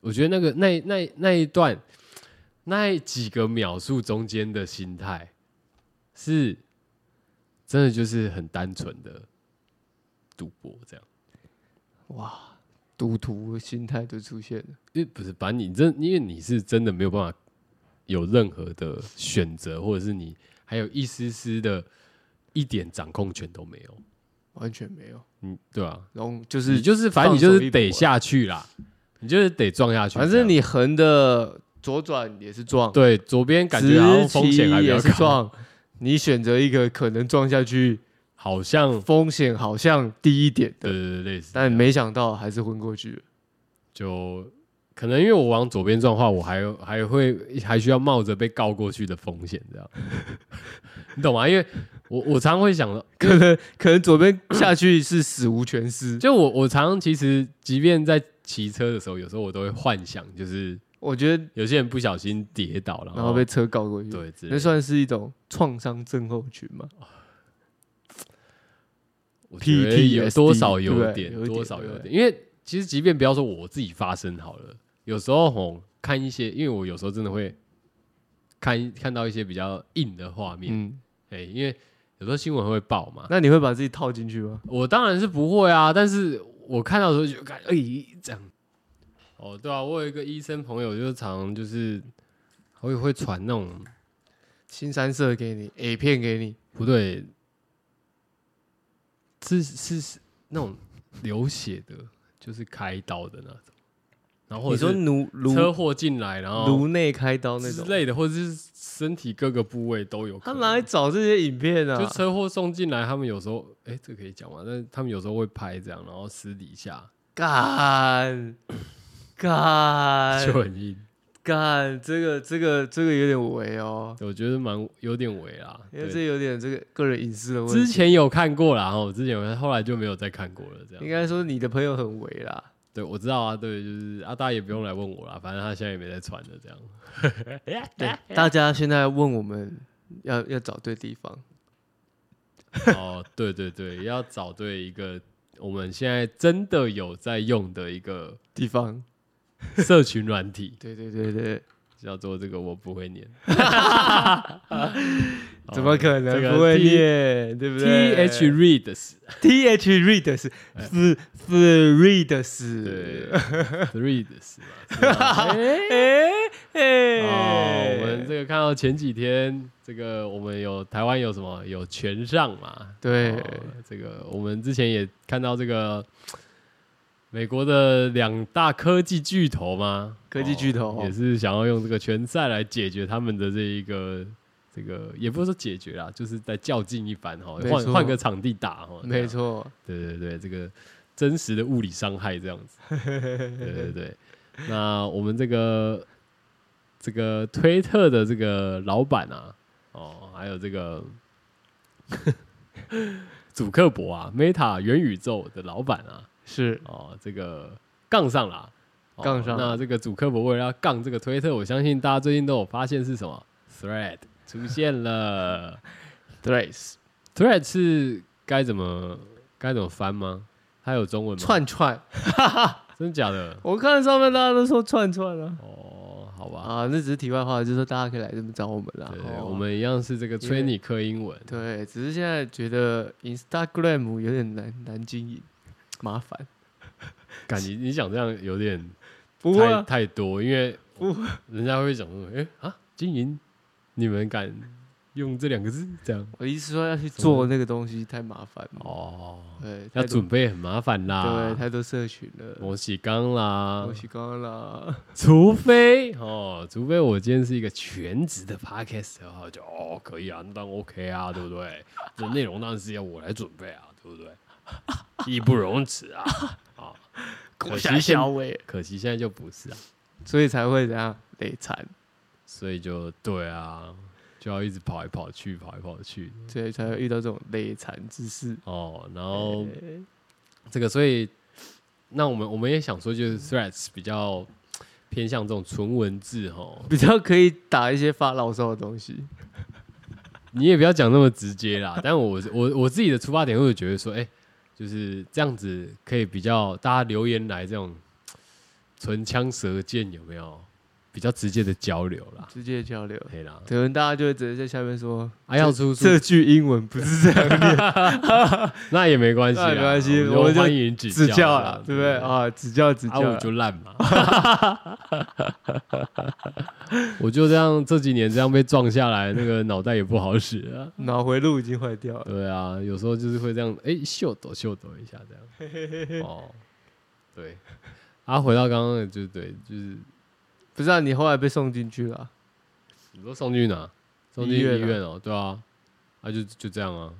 [SPEAKER 1] 我觉得那个那那那一段那几个秒数中间的心态，是真的就是很单纯的赌博这样。
[SPEAKER 2] 赌徒的心态就出现了。
[SPEAKER 1] 因为不是，反正你真，因为你是真的没有办法有任何的选择，或者是你还有一丝丝的一点掌控权都没有，
[SPEAKER 2] 完全没有。
[SPEAKER 1] 嗯，对啊，
[SPEAKER 2] 然后就是是，
[SPEAKER 1] 就是反正你
[SPEAKER 2] 放手
[SPEAKER 1] 就是
[SPEAKER 2] 一搏
[SPEAKER 1] 得
[SPEAKER 2] 啊
[SPEAKER 1] 下去啦，你就是得撞下去这样，
[SPEAKER 2] 反正你横的左转也是撞，
[SPEAKER 1] 对左边感觉好像
[SPEAKER 2] 直
[SPEAKER 1] 风
[SPEAKER 2] 骑
[SPEAKER 1] 险还比较
[SPEAKER 2] 也是
[SPEAKER 1] 高，
[SPEAKER 2] 撞。你选择一个可能撞下去，
[SPEAKER 1] 好像
[SPEAKER 2] 风险好像低一点
[SPEAKER 1] 对
[SPEAKER 2] 的，
[SPEAKER 1] 对对类似这样，
[SPEAKER 2] 但没想到还是昏过去了。
[SPEAKER 1] 就可能因为我往左边撞的话，我还还会还需要冒着被告过去的风险，这样， 你懂吗？因为我我常会想，
[SPEAKER 2] 可能可能左边下去是死无全尸。
[SPEAKER 1] 就我我常其实即便在骑车的时候，有时候我都会幻想，就是
[SPEAKER 2] 我觉得，
[SPEAKER 1] 有些人不小心跌倒，然后
[SPEAKER 2] 然后被车告过去，
[SPEAKER 1] 哦对之类
[SPEAKER 2] 那
[SPEAKER 1] 的
[SPEAKER 2] 算是一种创伤症候群嘛？
[SPEAKER 1] 我觉得有
[SPEAKER 2] PTSD
[SPEAKER 1] 多少有
[SPEAKER 2] 对不对
[SPEAKER 1] 点，
[SPEAKER 2] 有一点
[SPEAKER 1] 多少有
[SPEAKER 2] 对不
[SPEAKER 1] 点，因为其实即便不要说我自己发生好了，有时候吼看一些，因为我有时候真的会看看到一些比较硬的画面，
[SPEAKER 2] 嗯，
[SPEAKER 1] 哎、因为有时候新闻会报嘛，
[SPEAKER 2] 那你会把自己套进去吗？
[SPEAKER 1] 我当然是不会啊，但是我看到的时候就感哎、这样，哦对啊，我有一个医生朋友，就常就是会会传那种
[SPEAKER 2] 新三色给你，A 片给你，
[SPEAKER 1] 不对，是是是那种流血的，就是开刀的那种，然后或
[SPEAKER 2] 你
[SPEAKER 1] 者
[SPEAKER 2] 说
[SPEAKER 1] 是
[SPEAKER 2] 颅
[SPEAKER 1] 车
[SPEAKER 2] 颅
[SPEAKER 1] 祸进来，然后
[SPEAKER 2] 颅内开刀那
[SPEAKER 1] 之
[SPEAKER 2] 种，
[SPEAKER 1] 类的，或者是身体各个部位都有可
[SPEAKER 2] 他
[SPEAKER 1] 能。
[SPEAKER 2] 哪来找这些影片
[SPEAKER 1] 就
[SPEAKER 2] 啊？
[SPEAKER 1] 车祸送进来，他们有时候，哎、这个可以讲吗？但是他们有时候会拍这样，然后私底下
[SPEAKER 2] 干干哎
[SPEAKER 1] 就很硬，
[SPEAKER 2] 干，这个这个这个有点违哦，
[SPEAKER 1] 我觉得蛮有点违啦。
[SPEAKER 2] 因为
[SPEAKER 1] 对
[SPEAKER 2] 这有点这个个人隐私的问题。
[SPEAKER 1] 之前有看过啦，哦，之前有看后来就没有再看过了，这样
[SPEAKER 2] 应。该说你的朋友很违啦，
[SPEAKER 1] 对，我知道啊，对，就是啊，大家也不用来问我啦，反正他现在也没在传了，这样。
[SPEAKER 2] 对，大家现在问我们要要找对地方，
[SPEAKER 1] 哦，对对对，要找对一个我们现在真的有在用的一个
[SPEAKER 2] 地方，，
[SPEAKER 1] 社群软体
[SPEAKER 2] 对对对对，
[SPEAKER 1] 叫做这个我不会念，
[SPEAKER 2] 怎么可
[SPEAKER 1] 这
[SPEAKER 2] 能
[SPEAKER 1] 个
[SPEAKER 2] 不会
[SPEAKER 1] T-
[SPEAKER 2] 念？对不
[SPEAKER 1] T
[SPEAKER 2] 对
[SPEAKER 1] H reads
[SPEAKER 2] T H read 是是是 read 是
[SPEAKER 1] 对 reads 嘛？是吧
[SPEAKER 2] 哎
[SPEAKER 1] 哦，
[SPEAKER 2] 哎，
[SPEAKER 1] 我们这个看到前几天，这个我们有台湾有什么有全上嘛？
[SPEAKER 2] 对
[SPEAKER 1] 哦这个我们之前也看到这个美国的两大科技巨头嘛，
[SPEAKER 2] 科技巨
[SPEAKER 1] 哦
[SPEAKER 2] 头
[SPEAKER 1] 也是想要用这个拳赛来解决他们的这一个这个，也不是说解决啦，就是在较劲一番哈，
[SPEAKER 2] 没
[SPEAKER 1] 换
[SPEAKER 2] 错
[SPEAKER 1] 换个场地打哈，
[SPEAKER 2] 没错，
[SPEAKER 1] 对啊对对，这个真实的物理伤害这样 子。对对对，那我们这个这个推特的这个老板啊，哦，还有这个 祖克伯啊，Meta 元宇宙的老板啊，
[SPEAKER 2] 是
[SPEAKER 1] 哦，这个杠上了啊、哦
[SPEAKER 2] 杠上了
[SPEAKER 1] 那这个祖克伯为了要杠这个推特，我相信大家最近都有发现是什么 Thread 出现了
[SPEAKER 2] Threads
[SPEAKER 1] ，Thread 是该怎么该怎么翻吗？它有中文吗？
[SPEAKER 2] 串串，
[SPEAKER 1] 真的假的？
[SPEAKER 2] 我看上面大家都说串串啊了
[SPEAKER 1] 哦，好吧，
[SPEAKER 2] 啊，那只是题外话，就是说大家可以来这边找我们啦
[SPEAKER 1] 对，，
[SPEAKER 2] 哦
[SPEAKER 1] 我们一样是这个催你刻英文。
[SPEAKER 2] 对，只是现在觉得 Instagram 有点难难经营，麻烦，
[SPEAKER 1] 感觉你讲这样有点
[SPEAKER 2] 不会
[SPEAKER 1] 太
[SPEAKER 2] 啊
[SPEAKER 1] 太多，因为
[SPEAKER 2] 不
[SPEAKER 1] 人家会讲说，哎啊，经营，你们敢用这两个字这样？
[SPEAKER 2] 我的意思说要去做那个东西太麻烦了，
[SPEAKER 1] 哦，
[SPEAKER 2] 对，
[SPEAKER 1] 要
[SPEAKER 2] 太多
[SPEAKER 1] 准备啊很麻烦
[SPEAKER 2] 对
[SPEAKER 1] 啦，
[SPEAKER 2] 太多社群了，
[SPEAKER 1] 磨洗缸啦
[SPEAKER 2] 我，洗光 了，
[SPEAKER 1] 除非哦，除非我今天是一个全职的 podcast 的话，就哦可以啊，那当然 OK 啊，对不对？ 这内容当然是要我来准备啊，对不对？义不容辞啊！ 啊，可惜现
[SPEAKER 2] 尾，
[SPEAKER 1] 可惜现在就不是啊，
[SPEAKER 2] 所以才会怎样累惨，
[SPEAKER 1] 所以就对啊，就要一直跑来跑去，跑来跑去
[SPEAKER 2] 所以才会遇到这种累惨之事。
[SPEAKER 1] 哦。然后
[SPEAKER 2] 对
[SPEAKER 1] 这个，所以那我们我们也想说，就是 Threads 比较偏向这种纯文字哦，
[SPEAKER 2] 比较可以打一些发牢骚的东西，
[SPEAKER 1] 你也不要讲那么直接啦。 但我我我自己的出发点会觉得说，哎、就是这样子可以比较大家留言来这种唇枪舌剑有没有比较直接的交流啦？
[SPEAKER 2] 直接交流。
[SPEAKER 1] 可以啦，
[SPEAKER 2] 可能大家就会直接在下面说
[SPEAKER 1] 啊要出书
[SPEAKER 2] 这句英文不是 这样念，
[SPEAKER 1] 那也没关系啦，
[SPEAKER 2] 那也没关系
[SPEAKER 1] 我
[SPEAKER 2] 我
[SPEAKER 1] 们
[SPEAKER 2] 们
[SPEAKER 1] 就
[SPEAKER 2] 就
[SPEAKER 1] 欢迎指
[SPEAKER 2] 指教
[SPEAKER 1] 啦
[SPEAKER 2] 了，，对不对？啊？指教指
[SPEAKER 1] 啊，
[SPEAKER 2] 教
[SPEAKER 1] 我
[SPEAKER 2] 啦，
[SPEAKER 1] 就烂嘛，啊 我就这样这几年这样被撞下来，那个脑袋也不好使啊。
[SPEAKER 2] 脑回路已经坏掉了。
[SPEAKER 1] 对啊，有时候就是会这样，哎、秀抖秀抖一下这样。 哦，对。啊，回到刚刚的，就是对，就是
[SPEAKER 2] 不是啊，你后来被送进去了，啊
[SPEAKER 1] 你说送去哪？送去
[SPEAKER 2] 医
[SPEAKER 1] 医
[SPEAKER 2] 院啊
[SPEAKER 1] 院哦，对啊，啊就就这样啊。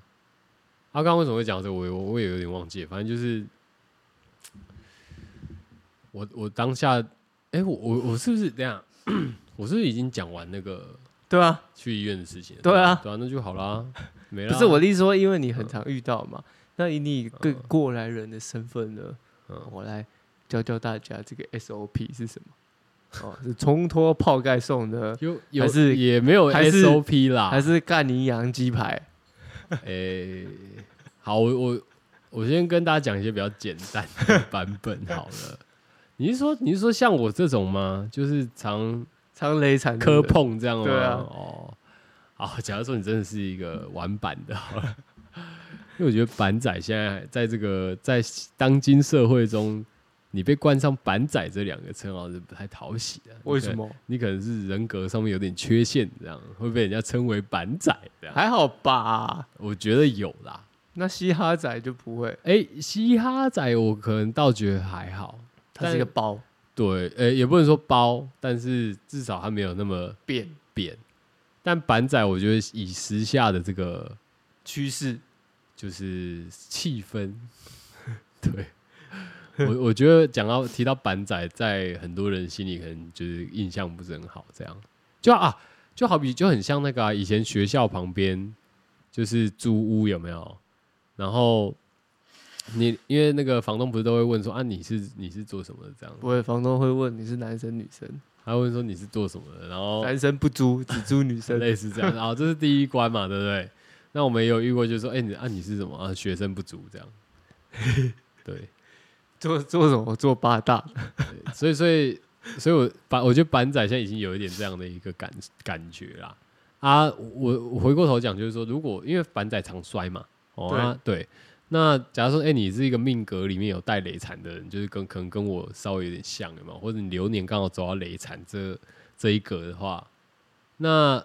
[SPEAKER 1] 啊，刚刚为什么会讲这个？我也我我也有点忘记了，反正就是我我当下哎、我我我是不是这样？ 我是不是已经讲完那个
[SPEAKER 2] 对啊，
[SPEAKER 1] 去医院的事情了？
[SPEAKER 2] 对啊
[SPEAKER 1] 对啊，那就好啦，没
[SPEAKER 2] 不
[SPEAKER 1] 啦。
[SPEAKER 2] 是我的意思说，因为你很常遇到嘛，那以你个过来人的身份呢，
[SPEAKER 1] 嗯
[SPEAKER 2] 我来教教大家这个 SOP 是 什么？哦，是冲脱泡盖送呢，
[SPEAKER 1] 有有
[SPEAKER 2] 还是
[SPEAKER 1] 也没有
[SPEAKER 2] 还是
[SPEAKER 1] SOP 啦，
[SPEAKER 2] 还是干你洋鸡排？
[SPEAKER 1] 诶、好，我我我先跟大家讲一些比较简单的版本好了。 你是说你是说像我这种吗？就是常
[SPEAKER 2] 常雷惨
[SPEAKER 1] 磕，碰这样吗？
[SPEAKER 2] 啊对啊
[SPEAKER 1] 哦，好，假如说你真的是一个玩板的好了， 因为我觉得板仔现在在这个在当今社会中，你被冠上板仔这两个称号是不太讨喜的。
[SPEAKER 2] 为什？么？
[SPEAKER 1] 你可能是人格上面有点缺陷，这样会被人家称为板仔这样。
[SPEAKER 2] 还好吧，
[SPEAKER 1] 我觉得有啦，
[SPEAKER 2] 那嘻哈仔就不会，
[SPEAKER 1] 哎、嘻哈仔我可能倒觉得还好，
[SPEAKER 2] 它是一个包
[SPEAKER 1] 对，呃、也不能说包，但是至少它没有那么
[SPEAKER 2] 变
[SPEAKER 1] 扁。但板仔，我觉得以时下的这个
[SPEAKER 2] 趋
[SPEAKER 1] 嗯
[SPEAKER 2] 势，
[SPEAKER 1] 就是气氛，对我我觉得讲到提到板仔，在很多人心里可能就是印象不是很好，这样就啊，就好比就很像那个啊、以前学校旁边就是租屋有没有？然后你因为那个房东不是都会问说啊你是你是做什么的这样，
[SPEAKER 2] 不会，房东会问你是男生女生，
[SPEAKER 1] 他会问说你是做什么的，然后
[SPEAKER 2] 男生不租，只租女生，
[SPEAKER 1] 类似这样，然后这是第一关嘛，对不对？那我们也有遇过，就是说，哎、你啊，你是什么啊？学生不足这样，对，
[SPEAKER 2] 做做什么？做八大，
[SPEAKER 1] 所以所以所以我板，我觉得板仔现在已经有一点这样的一个感感觉啦。啊，我我回过头讲，就是说，如果因为板仔常摔嘛，哦，
[SPEAKER 2] 对
[SPEAKER 1] 啊对，那假如说，哎、你是一个命格里面有带雷残的人，就是跟可能跟我稍微有点像，有没有？或者你流年刚好走到雷残这这一格的话，那，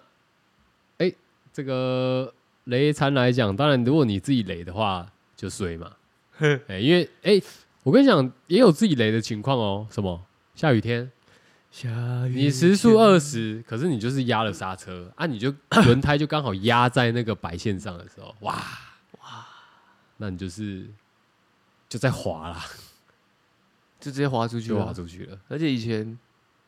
[SPEAKER 1] 哎、这个雷残来讲，当然如果你自己雷的话，就衰嘛。哎、因为哎、我跟你讲，也有自己雷的情况哦。什么？下雨天，
[SPEAKER 2] 下雨
[SPEAKER 1] 你时速
[SPEAKER 2] 天
[SPEAKER 1] 二十，可是你就是压了刹车啊，你就轮胎就刚好压在那个白线上的时候，哇哇，那你就是就在滑啦，
[SPEAKER 2] 就直接滑出去
[SPEAKER 1] 就
[SPEAKER 2] 了，
[SPEAKER 1] 滑出去了。
[SPEAKER 2] 而且以前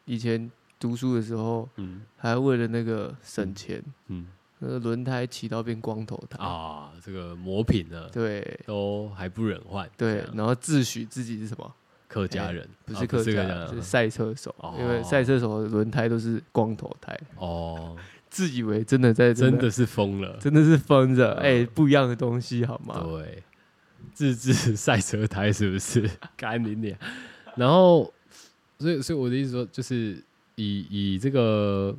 [SPEAKER 2] 以前读书的时候，
[SPEAKER 1] 嗯
[SPEAKER 2] 还为了那个省钱，
[SPEAKER 1] 嗯
[SPEAKER 2] 那个轮胎骑到变光头胎，
[SPEAKER 1] 啊，这个磨品呢
[SPEAKER 2] 对
[SPEAKER 1] 都还不忍换，
[SPEAKER 2] 对
[SPEAKER 1] 这，样
[SPEAKER 2] 然后自诩自己是什么？
[SPEAKER 1] 客家人
[SPEAKER 2] 不
[SPEAKER 1] 啊
[SPEAKER 2] 是客家，
[SPEAKER 1] 人
[SPEAKER 2] 是赛车手，
[SPEAKER 1] 哦
[SPEAKER 2] 因为赛车手的轮胎都是光头胎，
[SPEAKER 1] 哦，
[SPEAKER 2] 自以为真的在
[SPEAKER 1] 真的是疯了，
[SPEAKER 2] 真的是分着，
[SPEAKER 1] 嗯
[SPEAKER 2] 哎、不一样的东西好吗？
[SPEAKER 1] 对，啊自制 赛车胎是不是？ 干你脸！然后，所以，所以我的意思说，就是以以这个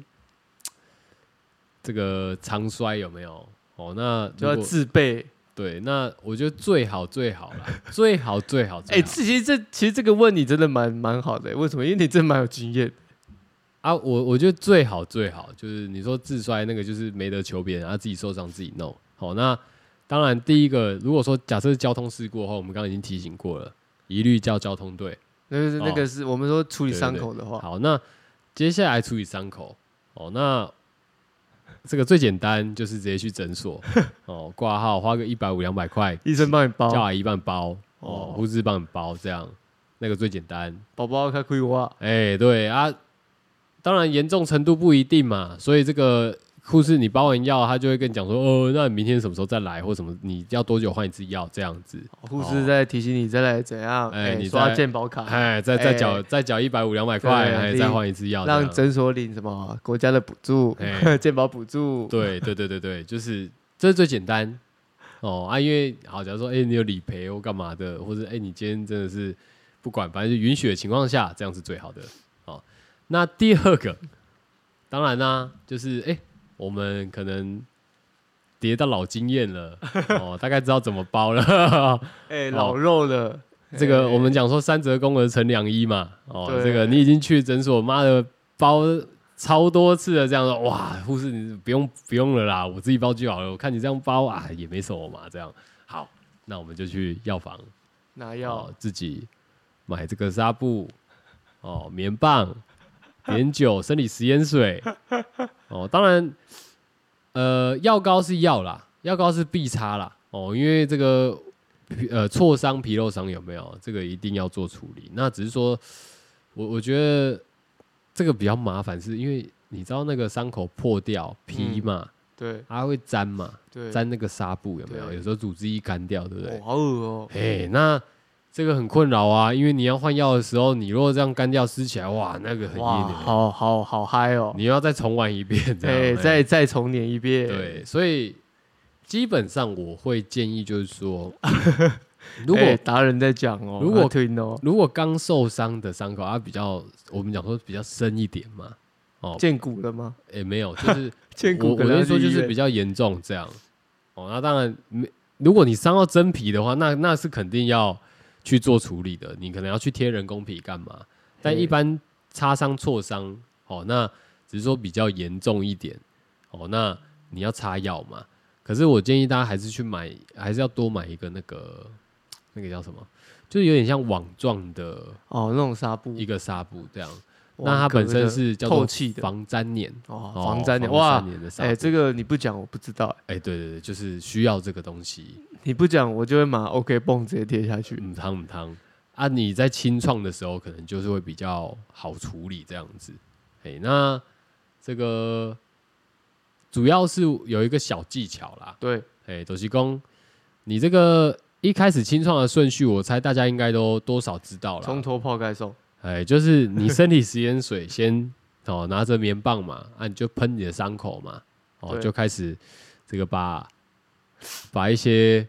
[SPEAKER 1] 这个常摔有没有？哦，那
[SPEAKER 2] 就要
[SPEAKER 1] 如果
[SPEAKER 2] 啊自备。
[SPEAKER 1] 对，那我觉得最好最好啦，最好最好
[SPEAKER 2] 哎、
[SPEAKER 1] 最好
[SPEAKER 2] 这其实这其实这个问你真的蛮蛮好的、欸为什么？因为你真的蛮有经验。
[SPEAKER 1] 啊！我我觉得最好最好就是你说自摔那个，就是没得求别人，啊、自己受伤自己弄。好，那当然第一个，如果说假设是交通事故的话，我们刚刚已经提醒过了，一律叫交通队。
[SPEAKER 2] 那就是那
[SPEAKER 1] 哦
[SPEAKER 2] 个是、我们说处理
[SPEAKER 1] 对对
[SPEAKER 2] 伤
[SPEAKER 1] 对
[SPEAKER 2] 口的话，
[SPEAKER 1] 好，那接下来处理伤口哦，那这个最简单就是直接去诊所哦，挂号花个一百五两百块，
[SPEAKER 2] 医生帮你包，
[SPEAKER 1] 叫阿姨帮你包哦
[SPEAKER 2] 哦，
[SPEAKER 1] 护士帮你包，这样那个最简单。
[SPEAKER 2] 宝宝开葵花。
[SPEAKER 1] 哎、对啊，当然严重程度不一定嘛，所以这个护士你包完药，他就会跟你讲说，哦，那你明天什么时候再来，或什么你要多久换一次药这样子。
[SPEAKER 2] 护士在提醒你再来怎样，
[SPEAKER 1] 哦哎
[SPEAKER 2] 哎，
[SPEAKER 1] 你
[SPEAKER 2] 刷
[SPEAKER 1] 再
[SPEAKER 2] 健保卡，
[SPEAKER 1] 哎，再再缴、
[SPEAKER 2] 哎
[SPEAKER 1] 再缴一百五两百块，
[SPEAKER 2] 对
[SPEAKER 1] 哎，再
[SPEAKER 2] 你
[SPEAKER 1] 换一次药，这
[SPEAKER 2] 让
[SPEAKER 1] 样
[SPEAKER 2] 诊所领什么国家的补助
[SPEAKER 1] 哎，
[SPEAKER 2] 健保补助，
[SPEAKER 1] 对对对对对，就是这是最简单哦啊，因为好，假如说哎、你有理赔或干嘛的，或者哎、你今天真的是不管，反正就允许的情况下，这样是最好的哦。那第二个，当然啦、就是哎、我们可能跌到老经验了哦，大概知道怎么包了。
[SPEAKER 2] 哎，
[SPEAKER 1] 哦
[SPEAKER 2] 老肉了，
[SPEAKER 1] 这个我们讲说三折肱而成良医嘛，哦，
[SPEAKER 2] 对
[SPEAKER 1] 这个你已经去诊所，妈的包超多次了，这样说，哇，护士你不用不用了啦，我自己包就好了。我看你这样包啊，也没什么嘛，这样好，那我们就去药房，
[SPEAKER 2] 拿
[SPEAKER 1] 哦
[SPEAKER 2] 药，，
[SPEAKER 1] 自己买这个纱布，哦，棉棒、 碘酒、生理食盐水，哦，当然，呃，药膏是药啦，药膏是必擦啦，哦，因为这个皮呃挫伤、皮肉伤有没有，这个一定要做处理。那只是说，我我觉得这个比较麻烦，是因为你知道那个伤口破掉皮嘛，
[SPEAKER 2] 对
[SPEAKER 1] 它、会粘嘛，
[SPEAKER 2] 嗯对，
[SPEAKER 1] 粘那个纱布有没有？
[SPEAKER 2] 对
[SPEAKER 1] 有时候组织一干掉，对不对
[SPEAKER 2] 哦？好恶哦，
[SPEAKER 1] 哎，那这个很困扰啊，因为你要换药的时候，你如果这样干掉撕起来，哇，那个很
[SPEAKER 2] 哇，
[SPEAKER 1] 硬的，
[SPEAKER 2] 好好好嗨哦，
[SPEAKER 1] 你又要再重玩一遍，这
[SPEAKER 2] 哎，
[SPEAKER 1] 样
[SPEAKER 2] 再再重演一遍，哎
[SPEAKER 1] 对，所以基本上我会建议就是 说，如果
[SPEAKER 2] 哎达人在讲哦，
[SPEAKER 1] 如果
[SPEAKER 2] 要听哦，
[SPEAKER 1] 如果刚受伤的伤口，它比较我们讲说比较深一点嘛，哦，
[SPEAKER 2] 见骨了吗？
[SPEAKER 1] 也没有，就是
[SPEAKER 2] 见
[SPEAKER 1] 我
[SPEAKER 2] 骨
[SPEAKER 1] 我
[SPEAKER 2] 可
[SPEAKER 1] 的
[SPEAKER 2] 能要
[SPEAKER 1] 意
[SPEAKER 2] 去
[SPEAKER 1] 思说就
[SPEAKER 2] 医
[SPEAKER 1] 是
[SPEAKER 2] 院
[SPEAKER 1] 比较严重这样。哦，那当然没，如果你伤到真皮的话，那那是肯定要去做处理的，你可能要去贴人工皮干嘛？但
[SPEAKER 2] 嘿
[SPEAKER 1] 一般擦伤、挫伤，哦，那只是说比较严重一点，哦，那你要擦药嘛？可是我建议大家还是去买，还是要多买一个那个那个叫什么，就是有点像网状的
[SPEAKER 2] 哦那种纱布，
[SPEAKER 1] 一个纱布这样。
[SPEAKER 2] 哇
[SPEAKER 1] 那它本
[SPEAKER 2] 隔
[SPEAKER 1] 身
[SPEAKER 2] 的
[SPEAKER 1] 是叫
[SPEAKER 2] 透
[SPEAKER 1] 做
[SPEAKER 2] 气的
[SPEAKER 1] 防粘黏，
[SPEAKER 2] 哦
[SPEAKER 1] 哦
[SPEAKER 2] 防粘的
[SPEAKER 1] 防
[SPEAKER 2] 哇
[SPEAKER 1] 粘，黏的纱布。
[SPEAKER 2] 哎这个你不讲我不知道，哎
[SPEAKER 1] 哎、对对对，就是需要这个东西。
[SPEAKER 2] 你不讲我就会马 OK 泵直接贴下去，
[SPEAKER 1] 嗯，汤嗯汤啊，你在清创的时候，可能就是会比较好处理这样子。哎、那这个主要是有一个小技巧啦。
[SPEAKER 2] 对，
[SPEAKER 1] 哎、斗西公，你这个一开始清创的顺序，我猜大家应该都多少知道
[SPEAKER 2] 从
[SPEAKER 1] 了。
[SPEAKER 2] 头泡开送，
[SPEAKER 1] 哎、就是你身体食盐水先哦，拿着棉棒嘛，啊，你就喷你的伤口嘛，哦，
[SPEAKER 2] 对
[SPEAKER 1] 就开始这个把把一些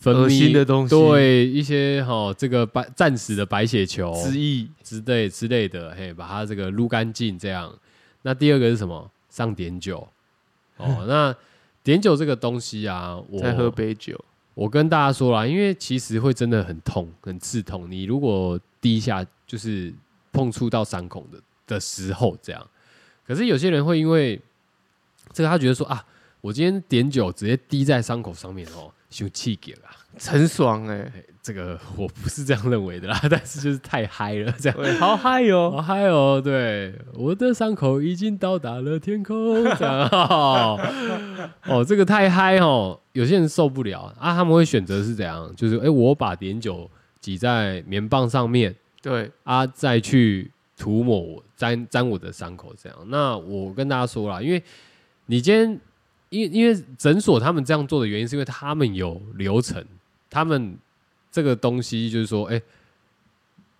[SPEAKER 1] 分
[SPEAKER 2] 恶心
[SPEAKER 1] 泌
[SPEAKER 2] 的东西，，
[SPEAKER 1] 对一些哈、这个白暂时的白血球
[SPEAKER 2] 之意
[SPEAKER 1] 之类之类的，嘿，把它这个撸干净这样。那第二个是什么？上碘酒 哦，那碘酒这个东西啊，
[SPEAKER 2] 再喝
[SPEAKER 1] 我
[SPEAKER 2] 杯酒，
[SPEAKER 1] 我跟大家说啦，因为其实会真的很痛，很刺痛。你如果滴下就是碰触到伤口的的时候，这样。可是有些人会因为这个，他觉得说啊，我今天碘酒直接滴在伤口上面哦，就气给了。
[SPEAKER 2] 很爽哎，
[SPEAKER 1] 哎这个我不是这样认为的啦， 但是就是太嗨了，这样。
[SPEAKER 2] 喂 好嗨哦，
[SPEAKER 1] 好嗨哦！对，我的伤口已经到达了天空，这样哦，哦这个太嗨哦，有些人受不了啊，他们会选择是怎样？就是哎，我把碘酒挤在棉棒上面
[SPEAKER 2] 对，
[SPEAKER 1] 啊，再去涂抹我沾沾我的伤口，这样。那我跟大家说啦，因为你今天，因为因为诊所他们这样做的原因，是因为他们有流程，他们这个东西就是说，哎、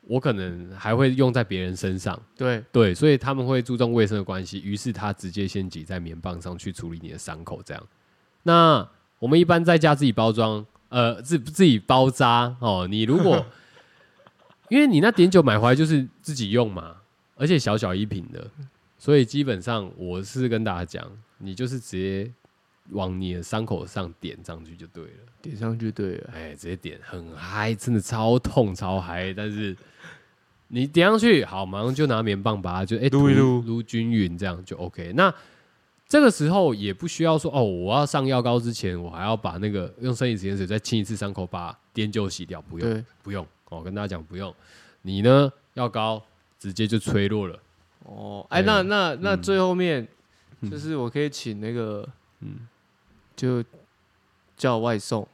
[SPEAKER 1] 我可能还会用在别人身上，
[SPEAKER 2] 对，
[SPEAKER 1] 对，所以他们会注重卫生的关系，于是他直接先挤在棉棒上去处理你的伤口，这样。那我们一般在家自己包装，呃，自自己包扎哦。你如果因为你那碘酒买回来就是自己用嘛，而且小小一瓶的，所以基本上我是跟大家讲，你就是直接往你的伤口上点上去就对了。
[SPEAKER 2] 点上去对了，
[SPEAKER 1] 哎，直接点很嗨，真的超痛超嗨，但是你点上去好，马上就拿棉棒把它就哎
[SPEAKER 2] 撸一撸
[SPEAKER 1] 涂撸均匀，这样就 OK。那这个时候也不需要说哦，我要上药膏之前，我还要把那个用生理食盐水再清一次伤口，把碘酒洗掉，不用
[SPEAKER 2] 对，
[SPEAKER 1] 不用哦，跟大家讲不用。你呢，药膏直接就吹落了，
[SPEAKER 2] 哦，哎，
[SPEAKER 1] 对
[SPEAKER 2] 那
[SPEAKER 1] 啊
[SPEAKER 2] 那那
[SPEAKER 1] 嗯
[SPEAKER 2] 最后面
[SPEAKER 1] 嗯
[SPEAKER 2] 就是我可以请那个，
[SPEAKER 1] 嗯
[SPEAKER 2] 就叫外送，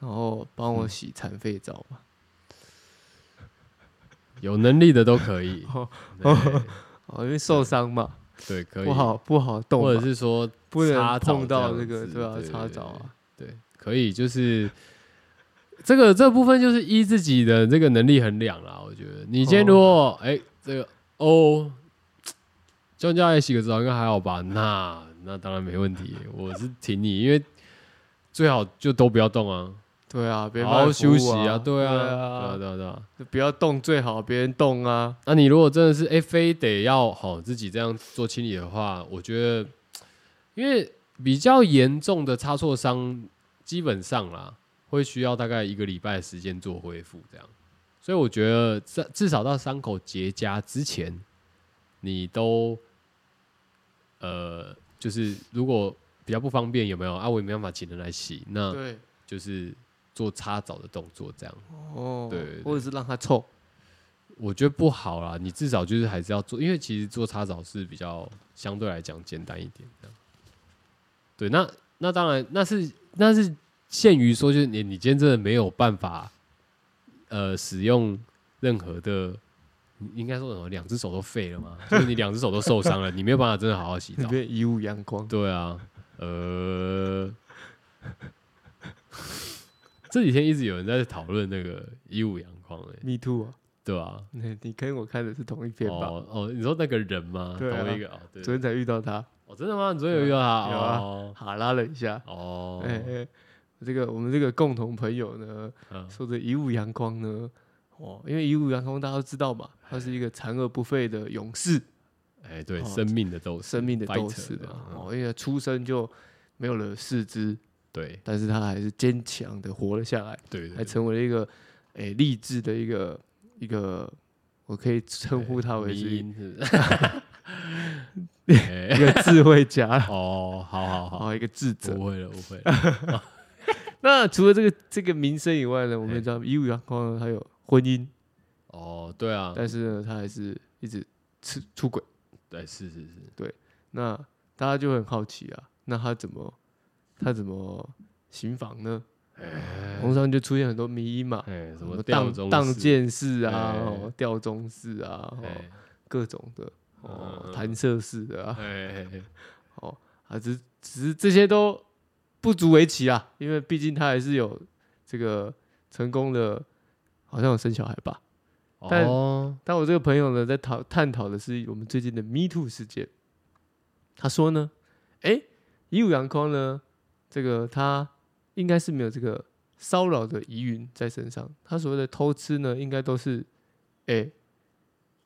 [SPEAKER 2] 然后帮
[SPEAKER 1] 嗯
[SPEAKER 2] 我洗残废皂嘛。
[SPEAKER 1] 有能力的都可以，
[SPEAKER 2] 哦
[SPEAKER 1] 对
[SPEAKER 2] 哦，因为受伤嘛，
[SPEAKER 1] 对，可以，
[SPEAKER 2] 不好不好动嘛，
[SPEAKER 1] 或者是说
[SPEAKER 2] 不
[SPEAKER 1] 擦
[SPEAKER 2] 能
[SPEAKER 1] 澡
[SPEAKER 2] 碰到
[SPEAKER 1] 这
[SPEAKER 2] 那
[SPEAKER 1] 样
[SPEAKER 2] 个
[SPEAKER 1] 子
[SPEAKER 2] 对吧？
[SPEAKER 1] 对
[SPEAKER 2] 擦
[SPEAKER 1] 对
[SPEAKER 2] 澡
[SPEAKER 1] 对
[SPEAKER 2] 啊，
[SPEAKER 1] 对，可以，就是这个这部分就是依自己的这个能力衡量啦。我觉得你今天如果哎、这个哦，叫教练洗个澡应该还好吧？那那当然没问题，我是挺你，因为最好就都不要动啊，
[SPEAKER 2] 对啊，别人
[SPEAKER 1] 好
[SPEAKER 2] 帮
[SPEAKER 1] 好
[SPEAKER 2] 你服
[SPEAKER 1] 休
[SPEAKER 2] 务
[SPEAKER 1] 息
[SPEAKER 2] 啊，
[SPEAKER 1] 对啊，对啊，
[SPEAKER 2] 啊，
[SPEAKER 1] 对啊，对啊。
[SPEAKER 2] 就不要动最好，别人动啊，
[SPEAKER 1] 那你如果真的是哎、非得要好自己这样做清理的话，我觉得，因为比较严重的擦挫伤，基本上啦，会需要大概一个礼拜的时间做恢复，这样。所以我觉得，至至少到伤口结痂之前，你都，呃，就是如果比较不方便，有没有啊？我也没办法请人来洗，那
[SPEAKER 2] 对，
[SPEAKER 1] 就是做擦澡的动作，这样。
[SPEAKER 2] 哦，
[SPEAKER 1] 对对对
[SPEAKER 2] 或者是让它 臭，
[SPEAKER 1] 我觉得不好啦，你至少就是还是要做，因为其实做擦澡是比较相对来讲简单一点这样。对，那那当然那是那是限于说，就是你你今天真的没有办法，呃，使用任何的你应该说什么？两只手都废了吗？就是你两只手都受伤了，你没有办法真的好好洗
[SPEAKER 2] 那
[SPEAKER 1] 澡。
[SPEAKER 2] 边一物阳光，
[SPEAKER 1] 对啊，呃，这几天一直有人在讨论那个一五阳光、欸，
[SPEAKER 2] Me too 啊，
[SPEAKER 1] 对吧、
[SPEAKER 2] 那你跟我看的是同一篇吧？
[SPEAKER 1] 哦哦，你说那个人吗？
[SPEAKER 2] 对啊
[SPEAKER 1] 同一个哦，对
[SPEAKER 2] 昨，天才遇到他，
[SPEAKER 1] 哦，真的吗？你昨天有遇到他？
[SPEAKER 2] 有啊
[SPEAKER 1] 哦，
[SPEAKER 2] 哈拉了一下。
[SPEAKER 1] 哦，
[SPEAKER 2] 哎、哎这个我们这个共同朋友呢，
[SPEAKER 1] 嗯
[SPEAKER 2] 说这一物阳光呢，哦，因为一物阳光大家都知道嘛，他是一个残而不废的勇士，
[SPEAKER 1] 哎，对，
[SPEAKER 2] 哦
[SPEAKER 1] 生命的斗士，
[SPEAKER 2] 生命的斗
[SPEAKER 1] fighter
[SPEAKER 2] 士的
[SPEAKER 1] 啊
[SPEAKER 2] 哦，因为出生就没有了四肢，
[SPEAKER 1] 对
[SPEAKER 2] 但是他还是坚强的活了下来，
[SPEAKER 1] 对对
[SPEAKER 2] 还成为了一个诶励志的一个一个，我可以称呼他为
[SPEAKER 1] 迷
[SPEAKER 2] 是一
[SPEAKER 1] 因是不 是哎
[SPEAKER 2] 一个智慧家
[SPEAKER 1] 哦，好 好好，
[SPEAKER 2] 哦，一个智者。
[SPEAKER 1] 不会了，不会 了，
[SPEAKER 2] 那除了这个这个名声以外呢，我们也知道一物阳光呢，他有婚姻，
[SPEAKER 1] 哦，对啊，
[SPEAKER 2] 但是呢，他还是一直出出轨。
[SPEAKER 1] 对，是是是，
[SPEAKER 2] 那大家就会很好奇啊，那他怎么他怎么行房呢？
[SPEAKER 1] 哎
[SPEAKER 2] 红上就出现很多迷因嘛，
[SPEAKER 1] 哎，什
[SPEAKER 2] 什
[SPEAKER 1] 么
[SPEAKER 2] 么
[SPEAKER 1] 吊
[SPEAKER 2] 荡
[SPEAKER 1] 钟
[SPEAKER 2] 荡
[SPEAKER 1] 式，
[SPEAKER 2] 剑式啊，
[SPEAKER 1] 哎
[SPEAKER 2] 哦吊钟式啊，哦
[SPEAKER 1] 哎
[SPEAKER 2] 各种的
[SPEAKER 1] 嗯
[SPEAKER 2] 哦
[SPEAKER 1] 嗯，
[SPEAKER 2] 弹射式的啊，
[SPEAKER 1] 哎哎，
[SPEAKER 2] 哦啊，只只是这些都不足为奇啊，因为毕竟他还是有这个成功的，好像有生小孩吧。 但
[SPEAKER 1] 哦，
[SPEAKER 2] 但我这个朋友呢，在讨探讨的是我们最近的 Me Too 事件。他说呢，诶，一五阳光呢，这个他应该是没有这个骚扰的疑云在身上。他所谓的偷吃呢，应该都是，诶，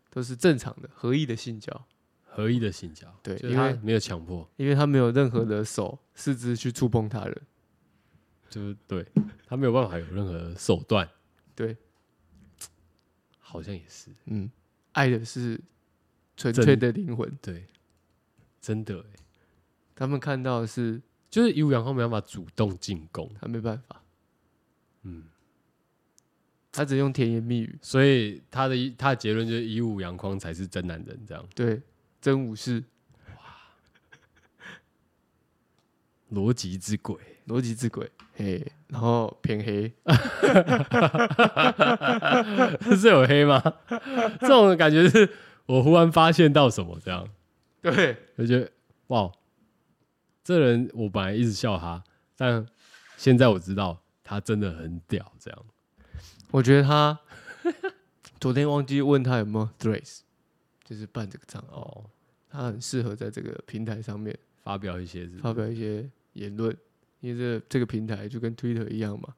[SPEAKER 2] 都是正常的、合意的性交，
[SPEAKER 1] 合一的性交，
[SPEAKER 2] 对
[SPEAKER 1] 就是
[SPEAKER 2] 因
[SPEAKER 1] 他
[SPEAKER 2] 为
[SPEAKER 1] 没有强迫，
[SPEAKER 2] 因为他没有任何的手、四肢去触碰他人。
[SPEAKER 1] 就是对他没有办法有任何手段，
[SPEAKER 2] 对，
[SPEAKER 1] 好像也是，
[SPEAKER 2] 嗯，爱的是纯
[SPEAKER 1] 真
[SPEAKER 2] 粹的灵魂。
[SPEAKER 1] 对，真的欸，
[SPEAKER 2] 他们看到的是
[SPEAKER 1] 就是一五阳光没办法主动进攻，
[SPEAKER 2] 他没办法，
[SPEAKER 1] 嗯。
[SPEAKER 2] 他只用甜言蜜语，
[SPEAKER 1] 所以他的一他的结论就是一五阳光才是真男人，这样
[SPEAKER 2] 对，真武士。
[SPEAKER 1] 逻辑之鬼。
[SPEAKER 2] 逻辑之鬼，嘿，然后偏黑，
[SPEAKER 1] 是有黑吗？ 这种感觉是我忽然发现到什么，这样
[SPEAKER 2] 对，
[SPEAKER 1] 就觉得哇，这人我本来一直笑他，但现在我知道他真的很屌，这样
[SPEAKER 2] 我觉得 他昨天忘记问他有没有 Threads，就是办这个账号，
[SPEAKER 1] 哦，
[SPEAKER 2] 他很适合在这个平台上面
[SPEAKER 1] 发表一些是
[SPEAKER 2] 发表一些言论，因为这这个平台就跟 Twitter 一样嘛，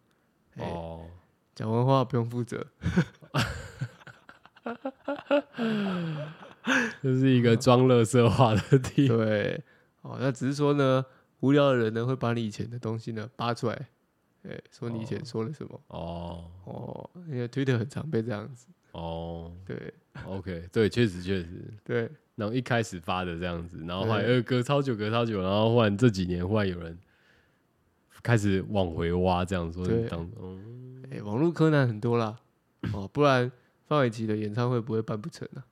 [SPEAKER 2] 哦，
[SPEAKER 1] 哦，
[SPEAKER 2] 讲完话不用负责，
[SPEAKER 1] 这是一个装乐色化的地方，
[SPEAKER 2] 对，哦，那只是说呢，无聊的人呢会把你以前的东西呢扒出来，哎，说你以前
[SPEAKER 1] 哦
[SPEAKER 2] 说了什么，
[SPEAKER 1] 哦
[SPEAKER 2] 哦，因为 Twitter 很常被这样子，
[SPEAKER 1] 哦
[SPEAKER 2] 对
[SPEAKER 1] ，OK，对，确实确实，
[SPEAKER 2] 对，
[SPEAKER 1] 然后一开始发的这样子，然后后来
[SPEAKER 2] 对
[SPEAKER 1] 呃隔超久隔超久，然后忽然这几年忽然有人开始往回挖，这样说
[SPEAKER 2] 对
[SPEAKER 1] 你当嗯
[SPEAKER 2] 哎、网络柯南很多啦，哦，不然范玮琪的演唱会不会办不成啊？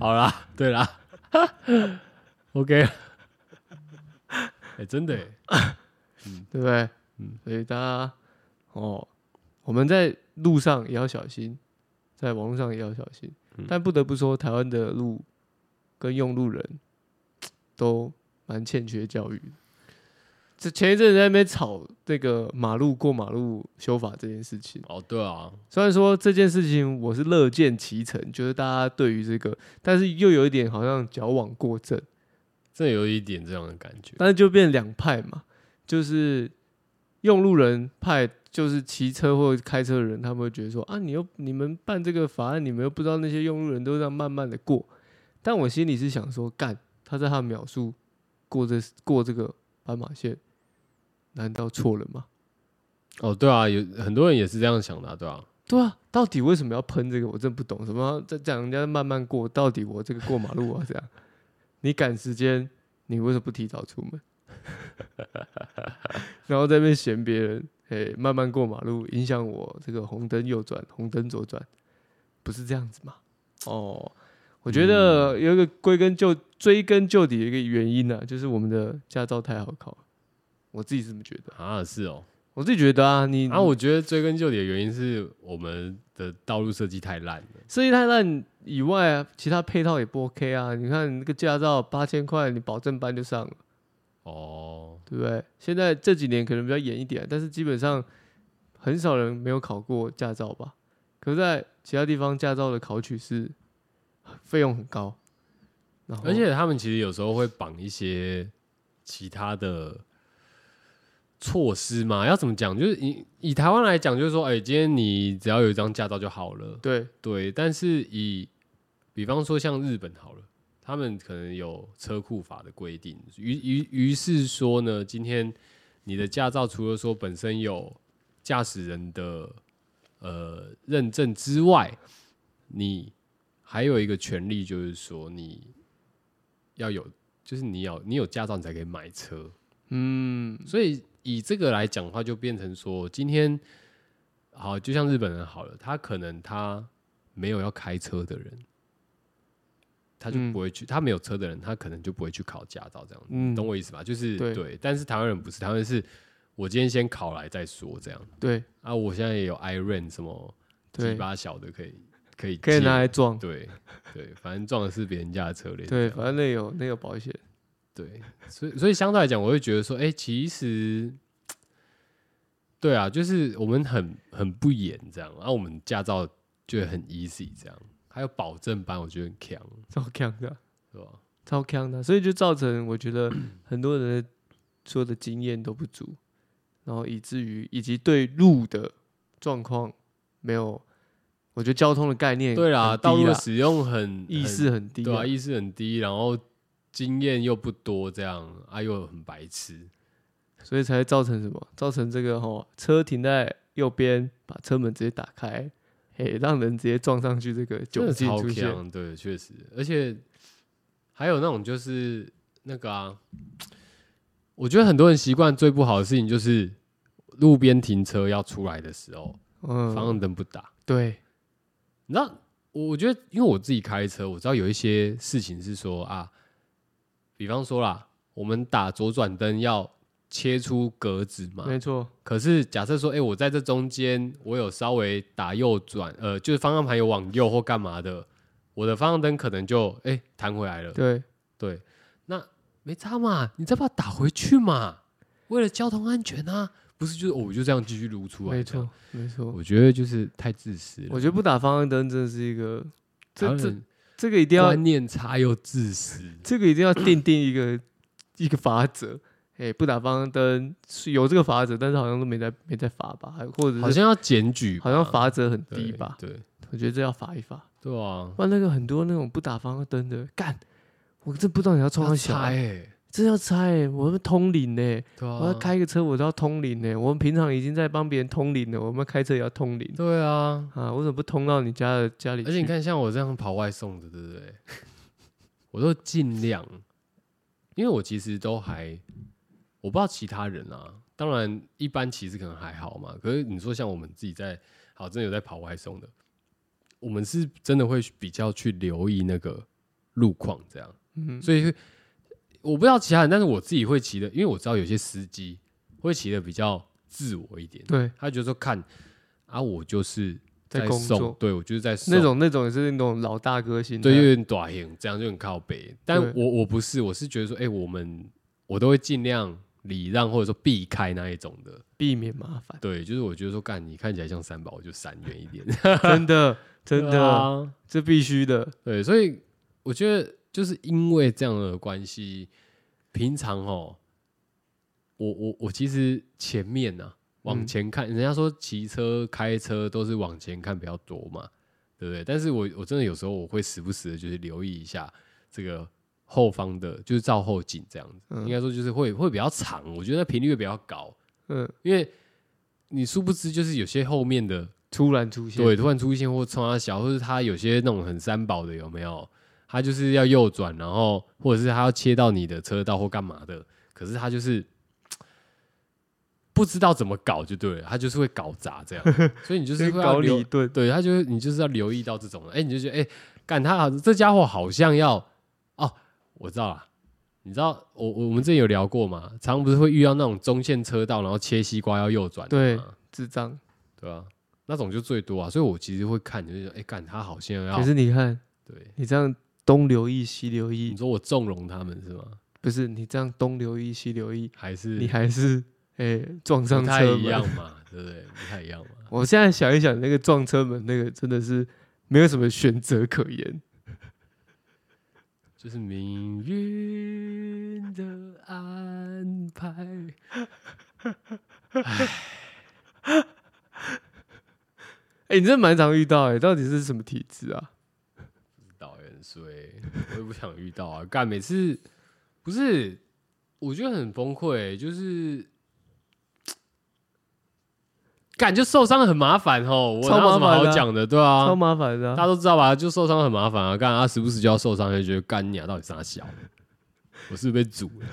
[SPEAKER 1] 好啦，对啦，OK，哎、欸真的欸
[SPEAKER 2] 对不对？
[SPEAKER 1] 嗯
[SPEAKER 2] 所以大家哦，我们在路上也要小心，在网络上也要小心。
[SPEAKER 1] 嗯
[SPEAKER 2] 但不得不说，台湾的路跟用路人都蛮欠缺教育的。这前一阵子在那边吵这个马路过马路修法这件事情，
[SPEAKER 1] 哦，对啊，
[SPEAKER 2] 虽然说这件事情我是乐见其成，就是大家对于这个，但是又有一点好像矫枉过正。
[SPEAKER 1] 真的有一点这样的感觉。
[SPEAKER 2] 但是就变两派嘛，就是用路人派，就是骑车或开车的人，他们会觉得说啊，你又你们办这个法案，你们又不知道那些用路人都这样慢慢的过。但我心里是想说，干，他在他秒速过这过这个斑马线，难道错了吗？
[SPEAKER 1] 哦，对啊，有很多人也是这样想的啊、对啊，
[SPEAKER 2] 对啊，到底为什么要喷这个？我真不懂，什么在讲人家慢慢过，到底我这个过马路啊这样， 你赶时间，你为什么不提早出门？ 然后在那边嫌别人，哎，慢慢过马路影响我这个红灯右转，红灯左转，不是这样子嘛？哦，我觉得有一个归根究追根究底的一个原因呢、啊，就是我们的驾照太好考了，我自己是这么觉得。
[SPEAKER 1] 啊是哦，
[SPEAKER 2] 我自己觉得啊，你
[SPEAKER 1] 然后我觉得追根究底的原因是我们的道路设计太烂了。
[SPEAKER 2] 设计太烂以外啊，其他配套也不 OK 啊。你看那个驾照八千块，你保证班就上了，
[SPEAKER 1] 哦，
[SPEAKER 2] 对不对？现在这几年可能比较严一点，但是基本上很少人没有考过驾照吧。可是在其他地方驾照的考取是费用很高，然后
[SPEAKER 1] 而且他们其实有时候会绑一些其他的措施嘛，要怎么讲？就是以以台湾来讲，就是说，哎、今天你只要有一张驾照就好了。
[SPEAKER 2] 对
[SPEAKER 1] 对，但是以比方说像日本好了，他们可能有车库法的规定，于于于是说呢，今天你的驾照除了说本身有驾驶人的呃认证之外，你还有一个权利，就是说你要有，就是你要你有驾照你才可以买车，
[SPEAKER 2] 嗯，
[SPEAKER 1] 所以以这个来讲的话，就变成说，今天好，就像日本人好了，他可能他没有要开车的人，他就
[SPEAKER 2] 嗯
[SPEAKER 1] 不会去；他没有车的人，他可能就不会去考驾照，这样，
[SPEAKER 2] 嗯
[SPEAKER 1] 你懂我意思吧？就是
[SPEAKER 2] 对
[SPEAKER 1] 但是台湾人不是，台湾人是我今天先考来再说，这样
[SPEAKER 2] 对
[SPEAKER 1] 啊，我现在也有 i r o n 什么七
[SPEAKER 2] 对，
[SPEAKER 1] 八小的可以可以
[SPEAKER 2] 可以
[SPEAKER 1] 借
[SPEAKER 2] 拿来撞，
[SPEAKER 1] 对对，反正撞的是别人家的车类，
[SPEAKER 2] 对，反正那有那有保险，
[SPEAKER 1] 对，所以所以相对来讲，我会觉得说，哎、其实，对啊，就是我们很很不严这样，然、啊后我们驾照就很 easy 这样，还有保证班，我觉得很强，
[SPEAKER 2] 超强的啊。
[SPEAKER 1] 是吧？
[SPEAKER 2] 超强的，啊所以就造成我觉得很多人的所有的经验都不足，然后以至于以及对路的状况没有，我觉得交通的概念
[SPEAKER 1] 对啦，
[SPEAKER 2] 很低
[SPEAKER 1] 道路的使用很
[SPEAKER 2] 意
[SPEAKER 1] 很
[SPEAKER 2] 识很低
[SPEAKER 1] 对
[SPEAKER 2] 啊
[SPEAKER 1] 啊，意识很低，然后经验又不多，这样啊又很白痴，
[SPEAKER 2] 所以才会造成什么？造成这个吼车停在右边，把车门直接打开，嘿，让人直接撞上去，这个
[SPEAKER 1] 真
[SPEAKER 2] 窘
[SPEAKER 1] 的
[SPEAKER 2] 境
[SPEAKER 1] 超
[SPEAKER 2] 出现。
[SPEAKER 1] 强，对，确实，而且还有那种就是那个啊，我觉得很多人习惯最不好的事情就是路边停车要出来的时候，方
[SPEAKER 2] 嗯，
[SPEAKER 1] 向灯不打。
[SPEAKER 2] 对，
[SPEAKER 1] 你知道，我我觉得因为我自己开车，我知道有一些事情是说啊，比方说啦，我们打左转灯要切出格子嘛，
[SPEAKER 2] 没错，
[SPEAKER 1] 可是假设说，哎、我在这中间，我有稍微打右转，呃，就是方向盘有往右或干嘛的，我的方向灯可能就哎弹、回来了。
[SPEAKER 2] 对，
[SPEAKER 1] 对，那没差嘛，你再把它打回去嘛，为了交通安全啊，不是就是、哦我就这样继续撸出来。
[SPEAKER 2] 没错，，没错。
[SPEAKER 1] 我觉得就是太自私了。
[SPEAKER 2] 我觉得不打方向灯真的是一个，这
[SPEAKER 1] 这
[SPEAKER 2] 这
[SPEAKER 1] 这
[SPEAKER 2] 这个一定要
[SPEAKER 1] 观念差又自私，
[SPEAKER 2] 这个一定要奠定一个 一个法则。哎、不打方向灯是有这个法则，但是好像都没在没在罚吧，还或者是
[SPEAKER 1] 好像要检举吧，
[SPEAKER 2] 好像罚则很
[SPEAKER 1] 对
[SPEAKER 2] 低吧？
[SPEAKER 1] 对
[SPEAKER 2] 我觉得这要罚一罚，
[SPEAKER 1] 对啊，
[SPEAKER 2] 不然那个很多那种不打方向灯的，干，我真不知道你要冲
[SPEAKER 1] 要
[SPEAKER 2] 他小
[SPEAKER 1] 拆
[SPEAKER 2] 欸，
[SPEAKER 1] 欸，
[SPEAKER 2] 这要猜、欸，我们通灵呢、
[SPEAKER 1] 对啊，
[SPEAKER 2] 我要开个车我都要通灵呢、我们平常已经在帮别人通灵了，我们开车也要通灵
[SPEAKER 1] 对啊，
[SPEAKER 2] 啊，我怎么不通到你家的家里去？
[SPEAKER 1] 而且你看，像我这样跑外送的，对不对？我都尽量，因为我其实都还，我不知道其他人啊。当然，一般其实可能还好嘛。可是你说像我们自己在，好，真的有在跑外送的，我们是真的会比较去留意那个路况这样。
[SPEAKER 2] 嗯，
[SPEAKER 1] 所以会我不知道其他人，但是我自己会骑的，因为我知道有些司机会骑的比较自我一点，
[SPEAKER 2] 对，
[SPEAKER 1] 他觉得说看啊，我就是
[SPEAKER 2] 在工
[SPEAKER 1] 送
[SPEAKER 2] 作
[SPEAKER 1] 对我就是在送
[SPEAKER 2] 那种那种也是那种老大哥型的，
[SPEAKER 1] 对，有点短型，这样就很靠北。但
[SPEAKER 2] 对
[SPEAKER 1] 我我不是，我是觉得说，哎、我们我都会尽量礼让或者说避开那一种的。
[SPEAKER 2] 避免麻烦。
[SPEAKER 1] 对，就是我觉得说，干你看起来像三宝，我就闪远一点。
[SPEAKER 2] 真的，真
[SPEAKER 1] 对
[SPEAKER 2] 的，
[SPEAKER 1] 啊
[SPEAKER 2] 这必须的。
[SPEAKER 1] 对，所以我觉得就是因为这样的关系，平常哦，我我我其实前面呢、啊、往
[SPEAKER 2] 嗯
[SPEAKER 1] 前看，人家说骑车开车都是往前看比较多嘛，对不对？但是我我真的有时候我会时不时的就是留意一下这个后方的，就是照后镜这样子，
[SPEAKER 2] 嗯
[SPEAKER 1] 应该说就是会会比较长，我觉得那频率会比较高，
[SPEAKER 2] 嗯，
[SPEAKER 1] 因为你殊不知就是有些后面的
[SPEAKER 2] 突然出现，
[SPEAKER 1] 对，突然出现或冲他小，或是他有些那种很三宝的有没有？他就是要右转，然后或者是他要切到你的车道或干嘛的，可是他就是不知道怎么搞就对了，他就是会搞砸这 样，所以你就是
[SPEAKER 2] 先
[SPEAKER 1] 会要
[SPEAKER 2] 搞
[SPEAKER 1] 留
[SPEAKER 2] 你一顿。
[SPEAKER 1] 对他就是你就是要留意到这种，哎、你就觉得哎，干、他好这家伙好像要哦，我知道了，你知道我我我们之前有聊过嘛？常常不是会遇到那种中线车道，然后切西瓜要右转的
[SPEAKER 2] 对
[SPEAKER 1] 嘛，
[SPEAKER 2] 智障。
[SPEAKER 1] 对啊，那种就最多啊。所以我其实会看，就是哎，干、他好像要
[SPEAKER 2] 可是你看，
[SPEAKER 1] 对，
[SPEAKER 2] 你这样东留意西留
[SPEAKER 1] 你
[SPEAKER 2] 意，
[SPEAKER 1] 说我纵容他们是吗？
[SPEAKER 2] 不是你这样东留意西留意，
[SPEAKER 1] 还
[SPEAKER 2] 你
[SPEAKER 1] 是
[SPEAKER 2] 还是哎、撞
[SPEAKER 1] 不
[SPEAKER 2] 上
[SPEAKER 1] 太
[SPEAKER 2] 车
[SPEAKER 1] 一
[SPEAKER 2] 门。
[SPEAKER 1] 样嘛？对不对？不太一样嘛？
[SPEAKER 2] 我现在想一想，那个撞车门那个真的是没有什么选择可言。
[SPEAKER 1] 就是命运的安排。
[SPEAKER 2] 哎、你真的蛮常遇到哎、到底是什么体质啊？
[SPEAKER 1] 导演衰，我也不想遇到啊！干每次不是，我觉得很崩溃、就是感觉受伤很麻烦哦。我
[SPEAKER 2] 超
[SPEAKER 1] 哪有什
[SPEAKER 2] 麻
[SPEAKER 1] 么
[SPEAKER 2] 烦的
[SPEAKER 1] 好
[SPEAKER 2] 啊
[SPEAKER 1] 讲的？对
[SPEAKER 2] 超
[SPEAKER 1] 啊，
[SPEAKER 2] 麻烦的啊、
[SPEAKER 1] 大家都知道吧？就受伤很麻烦啊，干啊时不时就要受伤，就觉得干你啊，到底啥小？我是不是被煮了？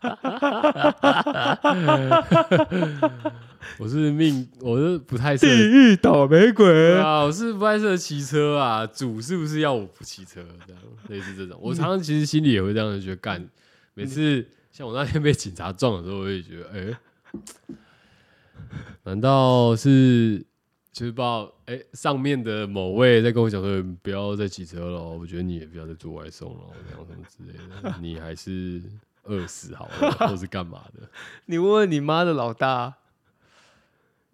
[SPEAKER 1] 我是命，我是不太适
[SPEAKER 2] 地
[SPEAKER 1] 合
[SPEAKER 2] 狱倒霉
[SPEAKER 1] 对
[SPEAKER 2] 鬼，
[SPEAKER 1] 啊，我是不太适合骑车啊，主是不是要我不骑车？这样类似这种，我常常其实心里也会这样觉得干。每次像我那天被警察撞的时候，我也觉得，哎、难道是就是不知道？哎、上面的某位在跟我讲说，你不要再骑车了哦，我觉得你也不要再做外送了哦，这样什么之类的，你还是饿死好了，或是干嘛的？
[SPEAKER 2] 你问问你妈的老大，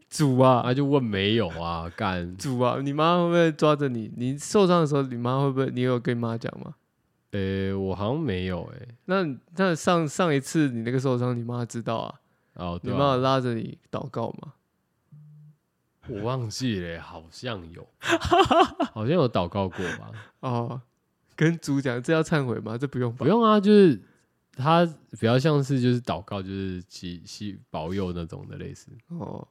[SPEAKER 2] 主啊
[SPEAKER 1] 他就问没有啊，干，
[SPEAKER 2] 主啊，你妈会不会抓着你？你受伤的时候，你妈会不会？你有跟你妈讲吗？
[SPEAKER 1] 哎、我好像没有、哎，
[SPEAKER 2] 那那上上一次你那个受伤，你妈知道啊？
[SPEAKER 1] 哦，
[SPEAKER 2] 你
[SPEAKER 1] 对啊
[SPEAKER 2] 妈有拉着你祷告吗？
[SPEAKER 1] 我忘记了欸，好像有，好像有祷告过 吧？
[SPEAKER 2] 哦，跟主讲这要忏悔吗？这不用吧
[SPEAKER 1] 不？用啊，就是他比较像是就是祷告，就是祈祈保佑那种的类似，
[SPEAKER 2] 哦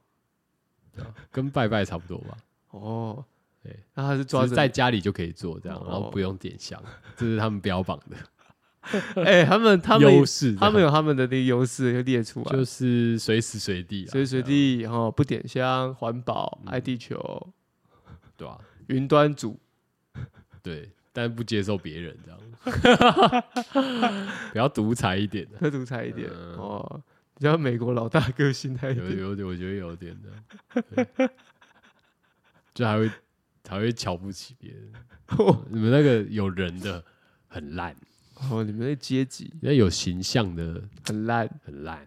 [SPEAKER 1] 对啊跟拜拜差不多吧。
[SPEAKER 2] 哦
[SPEAKER 1] 对，
[SPEAKER 2] 那他是
[SPEAKER 1] 只
[SPEAKER 2] 抓
[SPEAKER 1] 是
[SPEAKER 2] 着
[SPEAKER 1] 在
[SPEAKER 2] 你，
[SPEAKER 1] 家里就可以做这样，然后
[SPEAKER 2] 哦
[SPEAKER 1] 不用点香，这是他们标榜的
[SPEAKER 2] 哎，他们 他们
[SPEAKER 1] 优势。啊
[SPEAKER 2] 他们有他们的那个优势，要列出来，
[SPEAKER 1] 就是啊随时随地啊，
[SPEAKER 2] 随时随
[SPEAKER 1] 这样
[SPEAKER 2] 地哦，不点香，环保，
[SPEAKER 1] 嗯
[SPEAKER 2] 爱地球，
[SPEAKER 1] 对啊，
[SPEAKER 2] 云端主，
[SPEAKER 1] 对，但不接受别人 这样， 比较独裁一点的。啊
[SPEAKER 2] 特独裁一点、
[SPEAKER 1] 嗯
[SPEAKER 2] 哦，比较美国老大哥心态一
[SPEAKER 1] 有
[SPEAKER 2] 点。
[SPEAKER 1] 有点，我觉得有点的，对就还会还会瞧不起别 人。你们那个有人的很烂，
[SPEAKER 2] 哦，你们那阶级
[SPEAKER 1] 那有形象的
[SPEAKER 2] 很烂，
[SPEAKER 1] 很烂。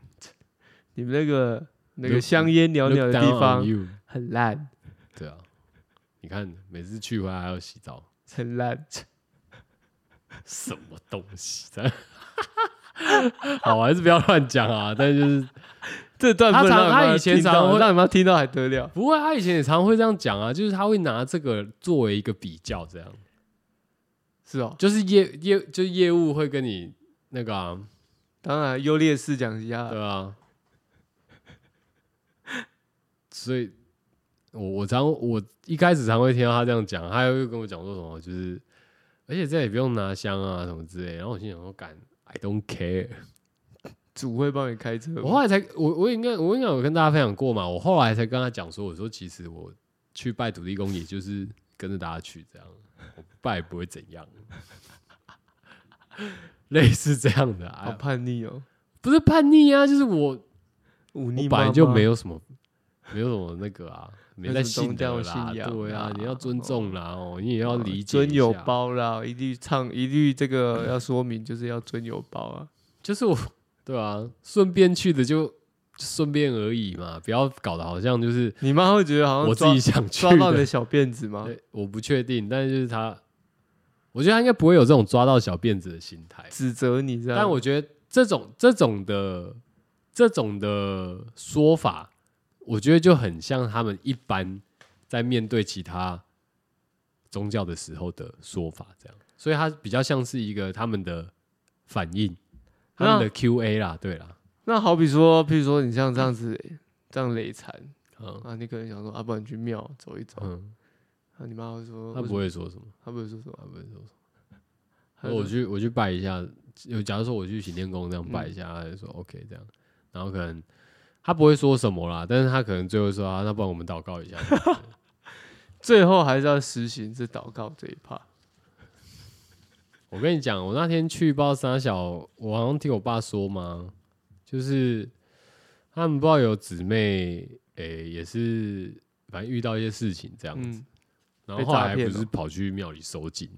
[SPEAKER 2] 你们那个那个
[SPEAKER 1] Look-
[SPEAKER 2] 香烟袅袅
[SPEAKER 1] Look
[SPEAKER 2] 的
[SPEAKER 1] down
[SPEAKER 2] 地
[SPEAKER 1] on
[SPEAKER 2] 方
[SPEAKER 1] you
[SPEAKER 2] 很烂，
[SPEAKER 1] 对啊，你看每次去回来还要洗澡，
[SPEAKER 2] 很烂。
[SPEAKER 1] 什么东西？ 好，还是不要乱讲啊。但就是
[SPEAKER 2] 这段
[SPEAKER 1] 他
[SPEAKER 2] 不能
[SPEAKER 1] 常
[SPEAKER 2] 让
[SPEAKER 1] 他
[SPEAKER 2] 你妈
[SPEAKER 1] 以前
[SPEAKER 2] 听到
[SPEAKER 1] 常会
[SPEAKER 2] 让你妈听到还得了？
[SPEAKER 1] 不会，他以前也常会这样讲啊，就是他会拿这个作为一个比较，这样。
[SPEAKER 2] 是哦，
[SPEAKER 1] 就是业业就是业务会跟你那个啊，
[SPEAKER 2] 当然优劣势讲一下
[SPEAKER 1] 对，啊，所以我我常我一开始常会听到他这样讲，他会跟我讲说什么，就是而且这也不用拿香啊什么之类，然后我心想说，干，I don't care。
[SPEAKER 2] 主会帮你开车吗。
[SPEAKER 1] 我后来才我我应该我应该有跟大家分享过嘛，我后来才跟他讲说，我说其实我去拜土地公，也就是跟着大家去这样，我拜也不会怎样， 类似这样的
[SPEAKER 2] 好
[SPEAKER 1] 啊，
[SPEAKER 2] 叛逆哦，
[SPEAKER 1] 不是叛逆啊，就是我
[SPEAKER 2] 忤
[SPEAKER 1] 我
[SPEAKER 2] 逆
[SPEAKER 1] 本
[SPEAKER 2] 妈
[SPEAKER 1] 来
[SPEAKER 2] 妈
[SPEAKER 1] 就没有什么，没有什么那个啊，没
[SPEAKER 2] 有
[SPEAKER 1] 在
[SPEAKER 2] 什么
[SPEAKER 1] 信
[SPEAKER 2] 宗教
[SPEAKER 1] 德啦，
[SPEAKER 2] 信仰
[SPEAKER 1] 对啊
[SPEAKER 2] 啦，
[SPEAKER 1] 你要尊重啦，哦，你也要
[SPEAKER 2] 哦
[SPEAKER 1] 理解
[SPEAKER 2] 尊
[SPEAKER 1] 一
[SPEAKER 2] 有
[SPEAKER 1] 下，
[SPEAKER 2] 包啦，一律唱一律这个要说明就是要尊有包 啊。
[SPEAKER 1] 就是我，对啊，顺便去的就就顺便而已嘛，不要搞得好像就是
[SPEAKER 2] 你妈会觉得好像
[SPEAKER 1] 我自
[SPEAKER 2] 抓
[SPEAKER 1] 己想去
[SPEAKER 2] 抓到你的
[SPEAKER 1] 的，
[SPEAKER 2] 小辫子吗？
[SPEAKER 1] 对我不确定，但是就是他，我觉得他应该不会有这种抓到小辫子的心态，
[SPEAKER 2] 指责你这样。
[SPEAKER 1] 但我觉得这种这种的这种的说法，我觉得就很像他们一般在面对其他宗教的时候的说法这样，所以它比较像是一个他们的反应，他们的 Q&A 啦，对啦，
[SPEAKER 2] 那好比说，譬如说你像这样子哎这样累残
[SPEAKER 1] 嗯
[SPEAKER 2] 啊，你可能想说，啊，不然你去庙走一走。
[SPEAKER 1] 嗯，
[SPEAKER 2] 啊，你妈会说，
[SPEAKER 1] 他
[SPEAKER 2] 为什
[SPEAKER 1] 不
[SPEAKER 2] 么，
[SPEAKER 1] 会说什么，
[SPEAKER 2] 她不会说什么
[SPEAKER 1] 他，不会说什么。
[SPEAKER 2] 她
[SPEAKER 1] 然后
[SPEAKER 2] 就
[SPEAKER 1] 我
[SPEAKER 2] 说
[SPEAKER 1] 去我去拜一下，有假如说我去行天宫这样拜一下，他就说 OK 这样，然后可能他不会说什么啦，但是他可能最后说啊，那不然我们祷告一下，
[SPEAKER 2] 最后还是要实行这祷告这一趴。
[SPEAKER 1] 我跟你讲，我那天去不知道三小，我好像听我爸说嘛，就是他们不知道有姊妹，诶、也是反正遇到一些事情这样子，
[SPEAKER 2] 嗯，
[SPEAKER 1] 然后后来
[SPEAKER 2] 被诈骗
[SPEAKER 1] 不
[SPEAKER 2] 了
[SPEAKER 1] 是跑去庙里收金，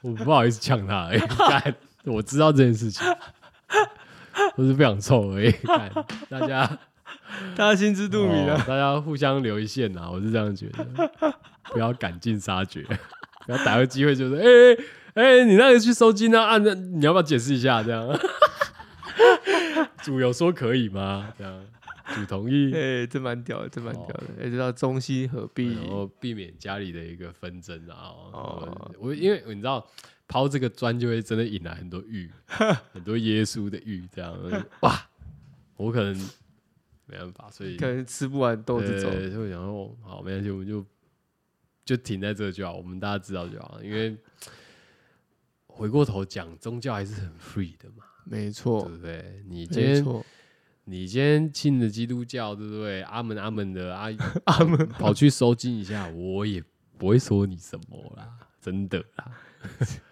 [SPEAKER 1] 我不好意思呛他、欸，干我知道这件事情，我是不想凑而已，干大家。
[SPEAKER 2] 大家心知肚明
[SPEAKER 1] 哦
[SPEAKER 2] 啊。
[SPEAKER 1] 大家互相留一线呐、我是这样觉得， 不要赶尽杀绝， 不要逮到机会就是，哎、哎、哎，你那个去收金啊，啊，那你要不要解释一下？这样， 主有说可以吗？这样，主同意，
[SPEAKER 2] 哎，这蛮屌的，这
[SPEAKER 1] 哦
[SPEAKER 2] 蛮屌的，哎，知道中西合璧
[SPEAKER 1] 然，后避免家里的一个纷争啊。哦
[SPEAKER 2] 哦，
[SPEAKER 1] 我因为你知道。抛这个砖就会真的引来很多玉，很多耶稣的玉，这样哇，我可能没办法，所以
[SPEAKER 2] 可能吃不完
[SPEAKER 1] 对
[SPEAKER 2] 兜着走。
[SPEAKER 1] 对，就会想说哦好，没关系，我们就就停在这就好，我们大家知道就好，因为回过头讲，宗教还是很 free 的嘛，
[SPEAKER 2] 没错
[SPEAKER 1] 对，不对？你今
[SPEAKER 2] 没
[SPEAKER 1] 天
[SPEAKER 2] 错，
[SPEAKER 1] 你今天信的基督教，对不对？阿门阿门的 阿阿门，跑去收金一下，我也不会说你什么啦，真的啦，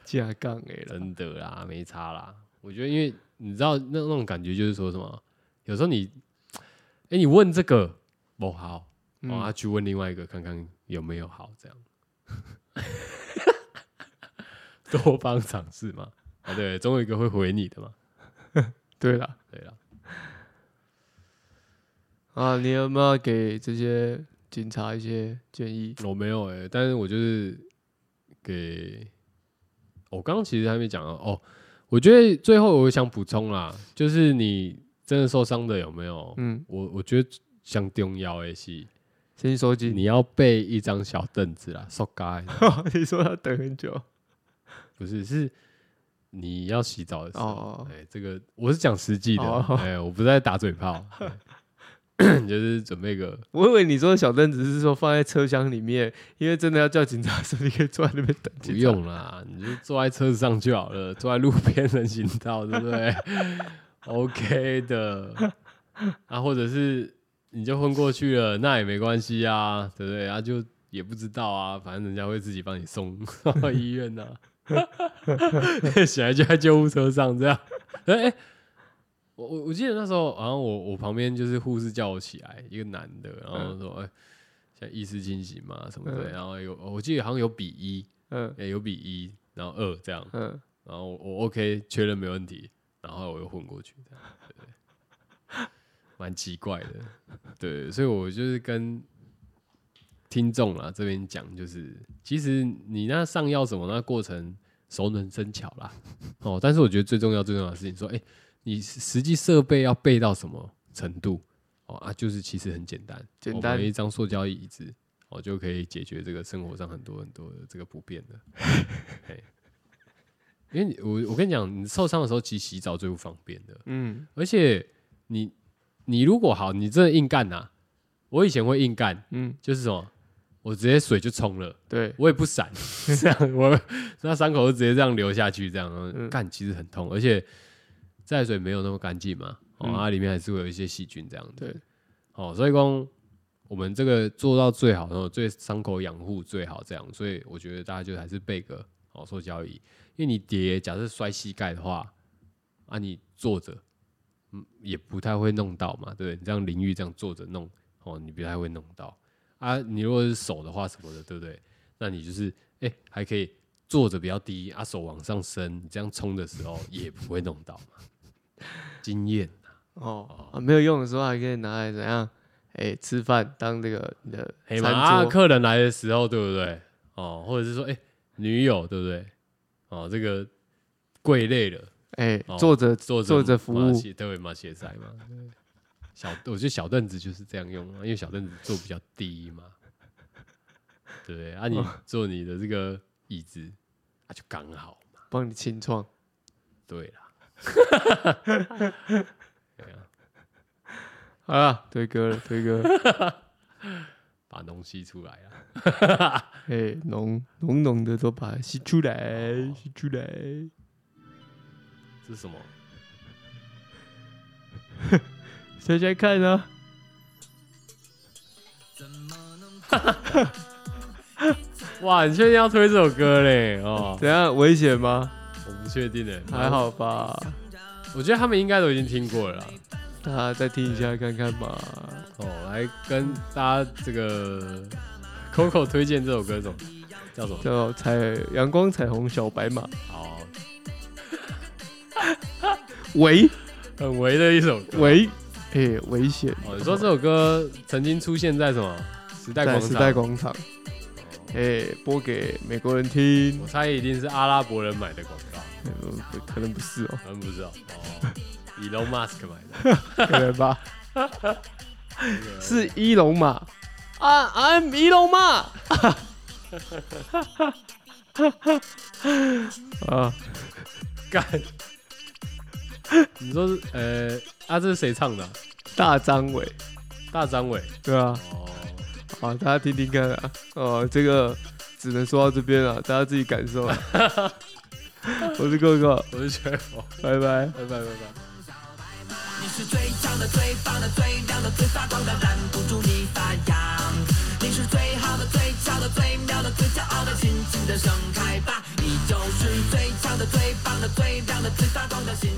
[SPEAKER 2] 架杠哎了，
[SPEAKER 1] 真的啦，没差啦。我觉得，因为你知道那那种感觉，就是说什么，有时候你，哎、你问这个不好，哦，他
[SPEAKER 2] 嗯，
[SPEAKER 1] 去问另外一个看看有没有好，这样 多方尝试嘛。啊，对，总有一个会回你的嘛。
[SPEAKER 2] 对了
[SPEAKER 1] 对了，
[SPEAKER 2] 啊，你有没有给这些警察一些建议？
[SPEAKER 1] 我没有哎、但是我就是给，我刚刚其实还没讲到哦。我觉得最后我想补充啦，就是你真的受伤的有没有？
[SPEAKER 2] 嗯，
[SPEAKER 1] 我我觉得像重要的是，
[SPEAKER 2] 先去收集。
[SPEAKER 1] 你要备一张小凳子啦，手盖
[SPEAKER 2] 你说要等很久，
[SPEAKER 1] 不是是你要洗澡的时候。
[SPEAKER 2] 哦，
[SPEAKER 1] 哎，这个我是讲实际的，
[SPEAKER 2] 哦
[SPEAKER 1] 哎，我不是在打嘴 炮，对 就是准备个
[SPEAKER 2] 我以为你说的小凳子是说放在车厢里面，因为真的要叫警察的时候，你可以坐在那边等。
[SPEAKER 1] 不，用啦，你就坐在车子上就好了，坐在路边人行道，对不对？OK 的，啊，或者是你就昏过去了，那也没关系啊，对不对？啊，就也不知道啊，反正人家会自己帮你送到医院 呐、啊，起来就在救护车上这样，哎、哎我我我记得那时候好像我我旁边就是护士叫我起来，一个男的，然后说哎、现在意识清醒嘛什么之类，
[SPEAKER 2] 嗯
[SPEAKER 1] 然后有我记得好像有比一，
[SPEAKER 2] 嗯
[SPEAKER 1] 欸有比一，然后二这样，
[SPEAKER 2] 嗯，
[SPEAKER 1] 然后我我 OK 确认没问题，然后我又混过去，这样，对，蛮奇怪的，对，所以我就是跟听众啦这边讲，就是其实你那上药什么那过程熟能生巧啦，哦，但是我觉得最重要最重要的事情说，哎、你实实际设备要备到什么程度？哦啊，就是其实很简单，
[SPEAKER 2] 简
[SPEAKER 1] 我
[SPEAKER 2] 单
[SPEAKER 1] 买一张塑胶椅子，我、就可以解决这个生活上很多很多的这个不便的。嘿因为你我我跟你讲，你受伤的时候其实洗澡最不方便的，
[SPEAKER 2] 嗯，
[SPEAKER 1] 而且你你如果好，你真的硬干呐、我以前会硬干，
[SPEAKER 2] 嗯，
[SPEAKER 1] 就是什么，我直接水就冲了，
[SPEAKER 2] 对，
[SPEAKER 1] 我也不闪， 这样我那伤口就直接这样流下去，这样
[SPEAKER 2] 嗯
[SPEAKER 1] 干、其实很痛，而且自来水没有那么干净嘛，哦，
[SPEAKER 2] 嗯
[SPEAKER 1] 它里面还是会有一些细菌这样子，
[SPEAKER 2] 对，
[SPEAKER 1] 哦，所以讲我们这个做到最好，然后最伤口养护最好这样，所以我觉得大家就还是备个哦塑胶椅，因为你跌，假设摔膝盖的话，啊你坐着，嗯也不太会弄到嘛，对不对？你这样淋浴这样坐着弄，哦你不太会弄到啊，你如果是手的话什么的，对不对？那你就是哎、还可以坐着比较低啊，手往上伸，你这样冲的时候也不会弄到嘛，经验。
[SPEAKER 2] 哦，啊没有用的时候还可以拿来怎样？哎，吃饭当这个你的
[SPEAKER 1] 嘿嘛，啊，
[SPEAKER 2] 餐桌，
[SPEAKER 1] 客人来的时候，对不对？哦，或者是说，哎、女友，对不对？哦，这个跪累了，
[SPEAKER 2] 哎
[SPEAKER 1] 哦，
[SPEAKER 2] 坐着
[SPEAKER 1] 坐着
[SPEAKER 2] 坐着服
[SPEAKER 1] 马
[SPEAKER 2] 务
[SPEAKER 1] 歇对马歇赛嘛。对小，我觉得小凳子就是这样用啊，因为小凳子坐比较低嘛，对不对？
[SPEAKER 2] 哦
[SPEAKER 1] 啊，你坐你的这个椅子，啊，就刚好嘛，
[SPEAKER 2] 帮你清创，
[SPEAKER 1] 对啦，
[SPEAKER 2] 好了，推歌 了，推歌了，
[SPEAKER 1] 把东西出来啦。
[SPEAKER 2] 哎，浓浓浓的都把它吸出来，吸出来。
[SPEAKER 1] 这是什么？
[SPEAKER 2] 想想看啊，
[SPEAKER 1] 哇，你确定要推这首歌嘞？哦，
[SPEAKER 2] 怎样危险吗？
[SPEAKER 1] 我不确定哎，
[SPEAKER 2] 还，好吧，
[SPEAKER 1] 我觉得他们应该都已经听过了啦。
[SPEAKER 2] 大家再听一下看看嘛。
[SPEAKER 1] 哦，来跟大家这个 Coco 推荐这首歌什么叫什么？哦
[SPEAKER 2] 叫彩阳光彩虹小白马，
[SPEAKER 1] 好，
[SPEAKER 2] 喂
[SPEAKER 1] 很唯的一首歌。
[SPEAKER 2] 喂，哎、危险！
[SPEAKER 1] 哦，你说这首歌曾经出现在什么时代
[SPEAKER 2] 在
[SPEAKER 1] 广
[SPEAKER 2] 时
[SPEAKER 1] 场？
[SPEAKER 2] 代广场，哎、播给美国人听
[SPEAKER 1] 我，猜一定是阿拉伯人买的广告，
[SPEAKER 2] 呃不可能不是哦，
[SPEAKER 1] 他们不知道。哦 ，Elon Musk 买的。
[SPEAKER 2] 可能吧，是一龙马啊，I'm 一龙马， 啊，
[SPEAKER 1] 干。你说是呃，啊，这是谁唱的啊？
[SPEAKER 2] 大张伟，
[SPEAKER 1] 大张伟。
[SPEAKER 2] 对啊，
[SPEAKER 1] 哦，
[SPEAKER 2] 好，大家听听看啊，哦，这个只能说到这边了，大家自己感 受啊。我是哥哥，
[SPEAKER 1] 我就觉得，哦
[SPEAKER 2] 拜拜。
[SPEAKER 1] 拜拜拜拜。
[SPEAKER 4] 你是最强的、最棒的、最亮的、最发光的，拦不住你发痒。你是最好的、最强的、最妙的、最骄傲的，尽情的盛开吧！你就是最强的、最棒的、最亮的、最发光的。心。